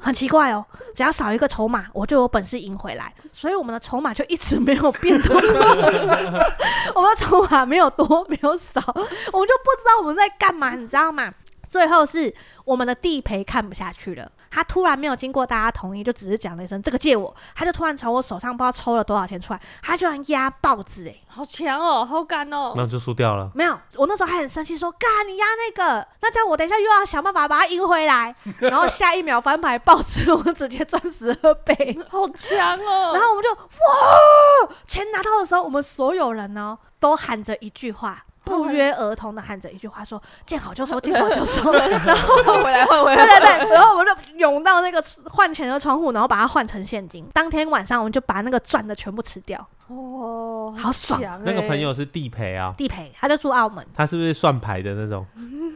A: 很奇怪哦，只要少一个筹码，我就有本事赢回来。所以我们的筹码就一直没有变多， *laughs* 我们的筹码没有多没有少，我们就不知道我们在干嘛，你知道吗？最后是我们的地陪看不下去了，他突然没有经过大家同意，就只是讲了一声“这个借我”，他就突然从我手上不知道抽了多少钱出来，他居然压豹子诶、
D: 好强哦，好敢哦。
C: 那就输掉了。
A: 没有，我那时候还很生气，说：“干，你压那个，那这样我等一下又要想办法把它赢回来。”然后下一秒翻牌豹子，我直接赚十二倍。
D: 好强哦！
A: 然后我们就哇！钱拿到的时候，我们所有人呢都喊着一句话，不约而同的喊着一句话，说：“见好就收，见好就收。” *laughs* 然后
D: 换回来，换回
A: 对
D: 来，
A: 对对，然后我们就涌到那个换钱的窗户，然后把它换成现金。当天晚上我们就把那个赚的全部吃掉。
D: 哦，
A: 好爽
D: 强
C: 那个
D: 欸
C: 朋友是地陪啊，
A: 地陪他就住澳门，
C: 他是不是算牌的那种？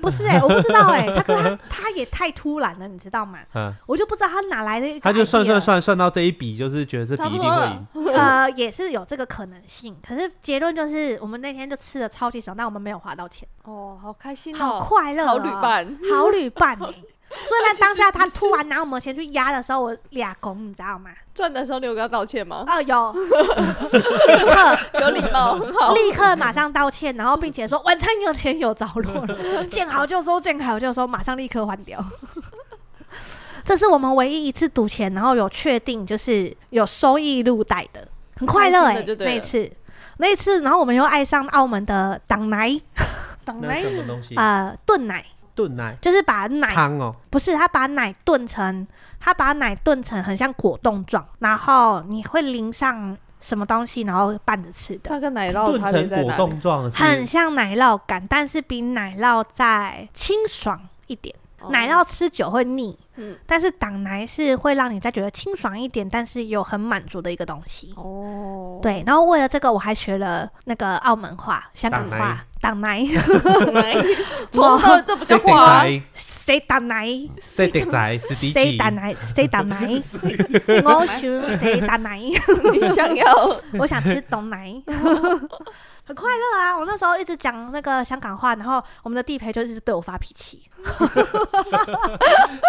A: 不是哎、我不知道哎、他跟他他也太突然了，你知道吗？
C: 嗯，
A: 我就不知道他哪来的一个
C: 他就算
A: idea
C: 算，算算到这一笔，就是觉得这
D: 差
C: 笔
D: 不
C: 一
D: 多
C: 定会
D: 了。，
C: 赢
A: 呃，也是有这个可能性。可是结论就是，我们那天就吃的超级爽，但我们没有花到钱，
D: 哦，好开心
A: 好
D: 哦，
A: 快乐、哦，
D: 好旅，伴，
A: 好旅伴
D: *laughs*
A: 欸、虽然当下他
D: 其实只是
A: 突然拿我们钱去压的时候，我俩拱，你知道吗？
D: 赚的时候你有跟他道歉吗？
A: 啊、
D: *laughs*
A: 有，立刻
D: 有礼 *laughs* 貌，很好。
A: 立刻马上道歉，然后并且说晚餐有钱有着落
D: *laughs*
A: 了，见好就收，见好就收，马上立刻还掉。 *laughs* 这是我们唯一一次赌钱，然后有确定就是有收益入袋的。很快乐
D: 开
A: 哎、
D: 心的就对了
A: 那一次，那一次，然后我们又爱上澳门的党奶，
D: 当
C: 那
D: 然
C: 是什么东西？
A: 呃，炖奶，
C: 啊炖奶
A: 就是把奶
C: 汤哦，
A: 不是他把奶炖成，他把奶炖成很像果冻状，然后你会淋上什么东西，然后拌着吃的，
D: 它跟奶酪
C: 炖
D: 哦差别
C: 成
D: 在
C: 果
D: 哪里？
C: 冻状是，
A: 很像奶酪感，但是比奶酪再清爽一点。
D: 哦
A: 奶酪吃久会腻，
D: 嗯
A: 但是党奶是会让你再觉得清爽一点，但是又很满足的一个东西。
D: 哦， *laughs*
A: 对，然后为了这个，我还学了那个澳门话、香港话、党奶， *laughs*
D: 来，从头这不叫
C: 谁得
D: 话，
C: 宅，
A: 谁党奶，
C: 谁得宅，史迪
A: 谁啊
C: 奇，
A: 党奶，谁党奶，我想谁党奶，
D: 你想 *laughs* 要
A: 我想吃董奶， *laughs* 很快乐啊！我那时候一直讲那个香港话，然后我们的地陪就一直对我发脾气，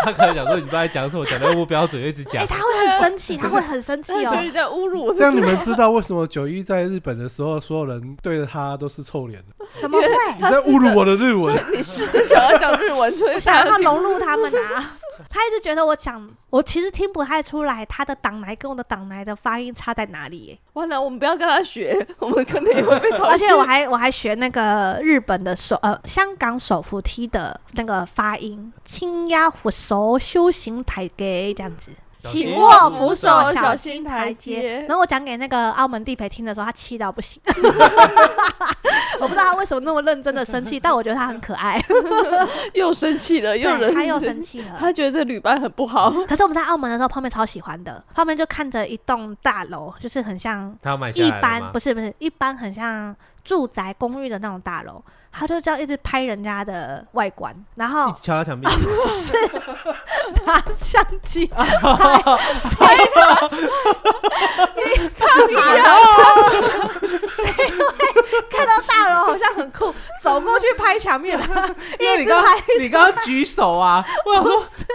C: 他可能想说你不知道在讲什么，讲的不标准，一直
A: 哎、
C: 讲。
A: 他会很生气，他会很生气
D: 他
A: 哦
D: 觉。得你在侮辱我
B: 这，样你们知道为什么九一在日本的时候，所有人对着他都是臭脸的？
A: 怎
D: *laughs*
A: 么
B: 你
A: 会？
D: 他
B: 在
D: 试
B: 侮辱
D: 着
B: 我的日文。
D: 你试着想要讲日文，所以
A: 想
D: 他
A: 要融入他们啊！ *laughs* 他一直觉得我讲，我其实听不太出来他的党奶跟我的党奶的发音差在哪里耶、
D: 完了，我们不要跟他学，我们可能也会被讨厌。
A: 而且我还我还学那个日本的手呃香港手扶梯的那个发音，轻压扶手修行台阶这样子，
C: 小
A: 请
C: 心
A: 握
C: 扶
A: 扶
C: 手
A: 手
D: 小
A: 小
D: 心
A: 心
D: 台
A: 台
D: 阶 *laughs*
A: 阶。然后我讲给那个澳门地陪听的时候，他气到不 *laughs* 行，我不知道他为什么那么认真的生 *laughs* 气，但我觉得他很可爱，
D: 又生气了，又
A: 对
D: 忍，
A: 他又生
D: *laughs*
A: 气了。
D: 他觉得这旅伴很不好。
A: 可是我们在澳门的时候，泡面超喜欢的，泡面就看着一栋大楼，就是很像
C: 他要买下
A: 一
C: 来了
A: 般
C: 吗
A: 不是不是一般很像住宅公寓的那种大楼，他就这样一直拍人家的外观，然
C: 一
A: 后
C: 直敲他墙壁，
A: 拿相机拍，
D: 拍
A: 他，你看你谁会看到大楼好像很酷，走过去拍墙面吧？
C: 因为你
A: 直
C: 刚
A: 拍
C: 你刚刚举手啊，我想说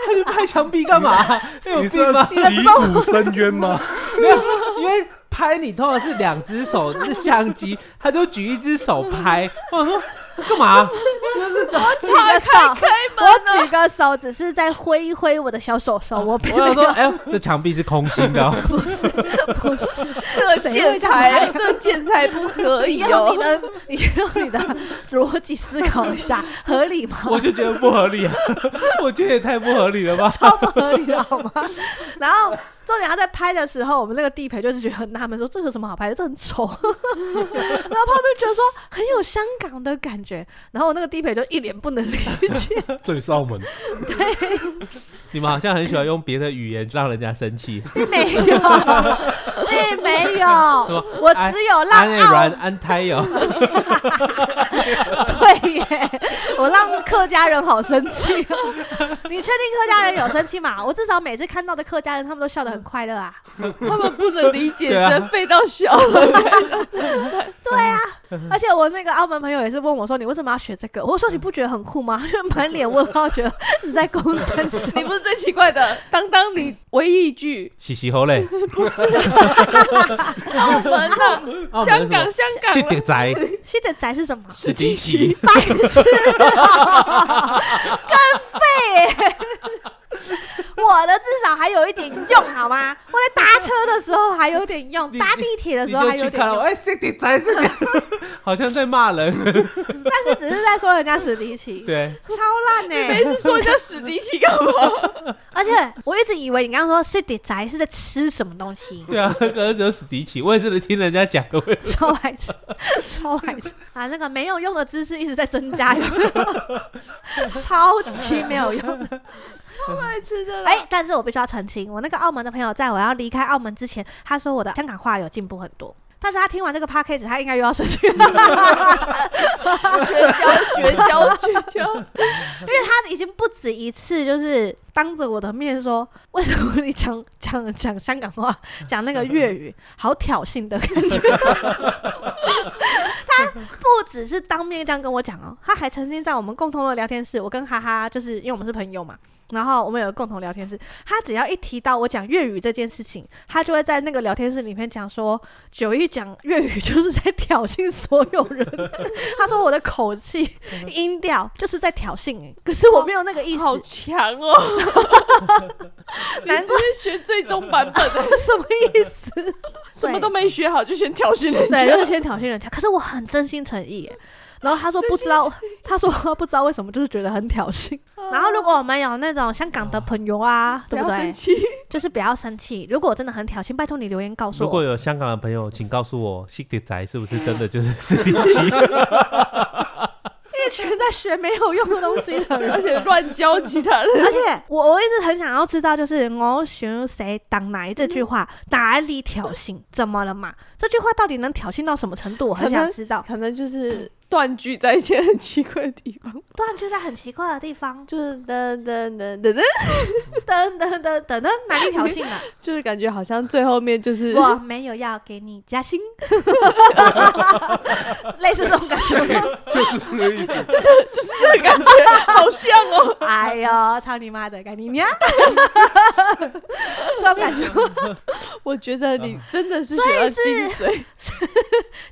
C: 他去拍墙壁干嘛？哎有
B: 你
C: 病
B: 这
C: 吗？
B: 击鼓深渊吗？ *laughs*
C: 没有，因为拍你通常是两只手，是相机，他就举一只手拍。我想说干嘛？
A: 我举个 *laughs*
D: 开
A: 手，
D: 开门
A: 我
D: 啊！
A: 举个手，只是在挥一挥我的小手手，我并
C: *laughs* 我想
A: 没
C: 说，
A: 有。
C: 哎呦，这墙壁是空心的哦， *laughs*
A: 不是，
D: 这个建材， *laughs* 这个建材不
A: *laughs*
D: 可
A: 你
D: 以
A: 用你
D: 哦。
A: 的，你用你的逻辑思考一下，合理吗？
C: 我就觉得不合理啊， *laughs* 我觉得也太不合理了吧。
A: 超不合理的好吗？然后重点他在拍的时候，我们那个地陪就是觉得很纳闷，说这有什么好拍的？这很丑。然后旁边觉得说很有香港的感觉，然后那个地陪就一脸不能理解。
B: 这里是澳门，
C: 你们好像很喜欢用别的语言让人家生气，
A: 并没有，并没有
C: 么，
A: 我只有
C: 安
A: 让
C: 内
A: 澳
C: 软安胎哟，
A: 对耶，我让客家人好生气、哦。你确定客家人有生气吗？我至少每次看到的客家人，他们都笑得很快乐啊。
D: 他们不能理解，
C: *laughs* 对啊
D: 真废到笑了。
A: 对啊，而且我那个澳门朋友也是问我说：“你为什么要学这个？”我
C: 嗯
A: 说：“你不觉得很酷吗？”他就满脸问号，
C: *laughs*
A: 觉得你在公山学。
D: 你不是最奇怪的，当当你唯一一句
C: 洗洗后嘞，
D: 澳门啊，
C: *laughs* 澳
D: 香港，
C: 门什么
D: 香
C: 去
D: 港啊
C: 得
D: 了，
C: 宅，
A: *laughs* 西的宅是什么？
C: 史迪奇，
A: 白 *laughs* 痴、啊，更废耶、我的至少还有一点用好吗？我在搭车的时候还有点用，
C: 你
A: 搭地铁的
C: 你
A: 时候
C: 就
A: 还
C: 去
A: 有
C: 看
A: 点
C: 了，
A: 用，
C: 哎，是得宅，是得， *laughs* 好像在骂人，
A: 但是只是在说人家史迪奇，
C: 对，
A: 超烂呢、
D: 每次说人家史迪奇干嘛？
A: 而且我一直以为你刚刚说西的宅是在吃什么东西。
C: 对啊，可是只有史迪奇，我也是听人家讲的，我也
A: 超白痴，超白痴啊！那个没有用的知识一直在增加，有没有 *laughs* 超级没有用的。
D: 太吃的
A: 哎、但是我必须要澄清，我那个澳门的朋友在我要离开澳门之前，他说我的香港话有进步很多。但是他听完这个 podcast，他应该又要生气了，
D: 绝交，绝交，绝交！
A: 因为他已经不止一次就是当着我的面说，为什么你讲讲讲香 *laughs* 港话，讲那个粤语，好挑衅的感觉。不只是当面这样跟我讲哦，他还曾经在我们共同的聊天室，我跟哈哈就是因为我们是朋友嘛，然后我们有个共同聊天室，他只要一提到我讲粤语这件事情，他就会在那个聊天室里面讲说，九一讲粤语就是在挑衅所有人。 *laughs* 他说我的口气、音调就是在挑衅、欸，可是我没有那个意思，
D: *laughs* 好强哦！
A: 难
D: 你直
A: 怪
D: 接学最终版本，
A: 什么意思？
D: 什么都没学好就先挑衅
A: *laughs*
D: 人
A: 对，就是
D: 家。
A: 先挑衅人家。可是我很真心诚意耶。然后他说不知道，他说 *laughs* 不知道为什么，就是觉得很挑 *laughs* 衅。然后如果我们有那种香港的朋友啊，
D: 不
A: 对
D: 要
A: 对
D: 生？气，
A: 就是不要生气。如果真的很挑衅，拜托你留言告诉
C: 如果
A: 我。
C: 有香港的朋友，请告诉我，西迪宅是不是真的就是四零 *laughs* 七？
A: 一群在学没有用的东西的 *laughs*
D: 对而
A: 人。
D: 且乱教其他人。
A: 而且我我一直很想要知道，就是“我选谁当哪”这句话哪里挑 *laughs* 衅，怎么了嘛？这句话到底能挑衅到什么程度？我很
D: 可能
A: 想知道。
D: 可能就是断句在一些很奇怪的地方，
A: 突然就在很奇怪的地方，
D: 就是噔噔噔噔噔，
A: 等等等等等，哪里挑衅了？
D: 就是感觉好像最后面就是
A: 我没有要给你加薪， *laughs* 类似这种感觉吗。
B: 就是这个意思。
D: *laughs* 就是这个感觉，好像哦。
A: 哎呦，操你妈的，干你娘！这种感觉
D: 我觉得你真的是学到精髓，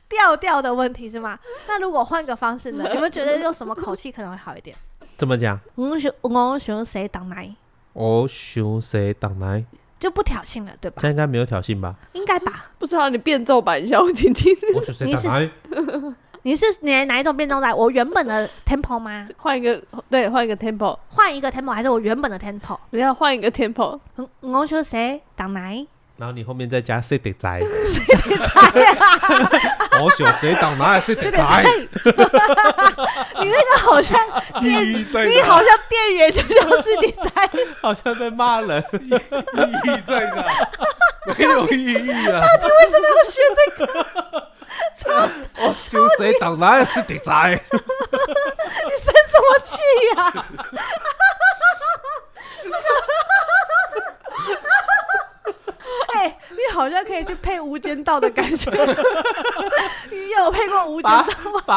A: 调调的问题是吗？那如果换个方式呢？你们觉得用什么口气可能会好一点？
C: 怎么讲？
A: 我选我选谁挡来，
C: 我想谁挡来？
A: 就不挑衅了，对吧
C: 这？样应该没有挑衅吧？
A: 应该吧？
D: 不知道你变奏版一下我听听，
C: 我想谁挡来？
A: 你是哪哪一种变动来？我原本的 tempo 吗？
D: 换一个对，换一个 tempo，
A: 换一个 tempo 还是我原本的 tempo？
D: 你要换一个 tempo，
A: 我选谁挡来？
C: 然后你后面再加西迪宅，
A: 哎呀
C: 我想谁挡来？西迪
A: 有点
B: 哎
A: 菜
C: 宅。
A: 你那个好像店，
B: 意义在
A: 你
B: 哪？
A: 好像店员就像是你在， *laughs*
C: 好像在骂人。
B: 意义在哪？没有意义啊！
A: 你为什么要学这个？
C: 我想谁挡来？西迪宅。
A: 你生什么气呀、 *laughs* 哎、你好像可以去配《无间道》的感觉。 *laughs* 你有配过《无间道
C: 拔》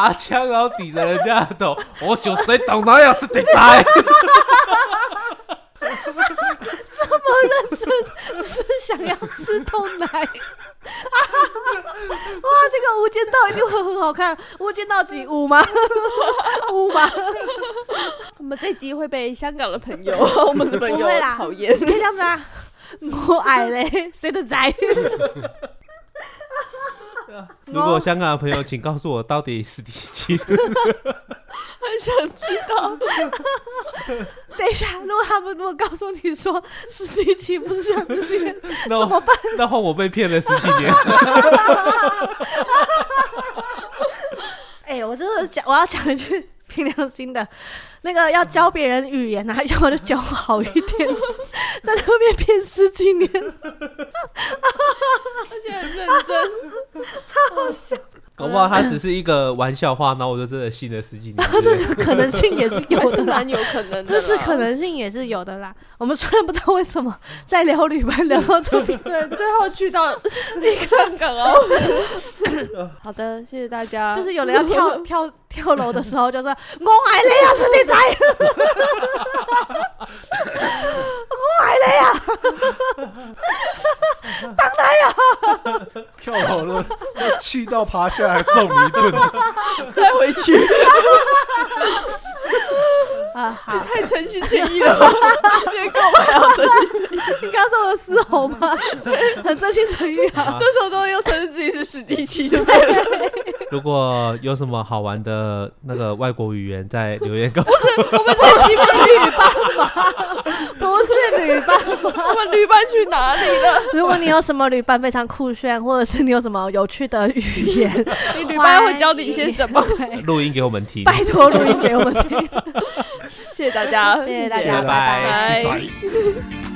C: 拔枪，然后抵着人家的头。我想谁挡来？西迪宅。
A: 这么认真，只是想要吃豆奶。哇，这个《无间道》一定会很好看，《无间道》几五吗？五吗？
D: 我们这集会被香港的朋友、 *laughs* 我们的朋
A: 不
D: 友
A: 会啦
D: 讨 *laughs* 厌
A: 你。可以这样子啊，我矮嘞，谁的宅？
C: 如果香港的朋友，请告诉我到底是第几？
D: 很想知道，
A: 等一下，如果他们如果告诉你说史迪奇不是这样子念，
C: 那
A: 怎么
C: 我
A: 办？
C: 那换我被骗了十几年。
A: 哎、我真的讲，我要讲一句凭良心的，那个要教别人语言啊，要么就教好一点，在那边骗十几年，
D: 而且很认真。
C: 搞不好他只是一个玩笑话，然后我就真的信了十几年。
A: 这个可能性也是有
D: 还
A: 的
D: 是
A: 啦
D: *laughs* 蛮。有可能的
A: 这
D: 啦，
A: 是可能性也是有的啦。我们虽然不知道为什么在聊旅伴聊到这
D: *laughs*
A: 边，
D: 对，最后去 *laughs* 到香港哦。 *laughs* 好的，谢谢大家。
A: 就是有人要跳跳跳楼的时候，就说“我爱你啊，是你仔， *laughs* 我爱你啊，当然呀，
B: 跳好了，要气到爬下来揍你一顿。
D: 再回去，
A: 啊好，
D: 太诚心诚意了吧，连购买还要诚心诚意，
A: 你刚刚说我嘶吼吗？很真心诚意啊，
D: 这时候都要承认自己是史蒂奇就对了。
C: *laughs* 如果有什么好玩的那个外国语言，在留言告诉
D: 我们这期不 *laughs* 去，
A: 不是旅伴。
D: *laughs* 我们旅伴去哪里了？
A: 如果你有什么旅伴非常酷炫，或者是你有什么有趣的语言，
D: 你旅伴会教你一些什 *laughs* 么？
C: 我， *laughs* 录音给我们听。
A: 拜托录音给我们听。
D: 谢谢大家，
A: 谢谢大
B: 谢
A: 家，
B: 谢
A: 拜拜。
D: 拜。
B: 仔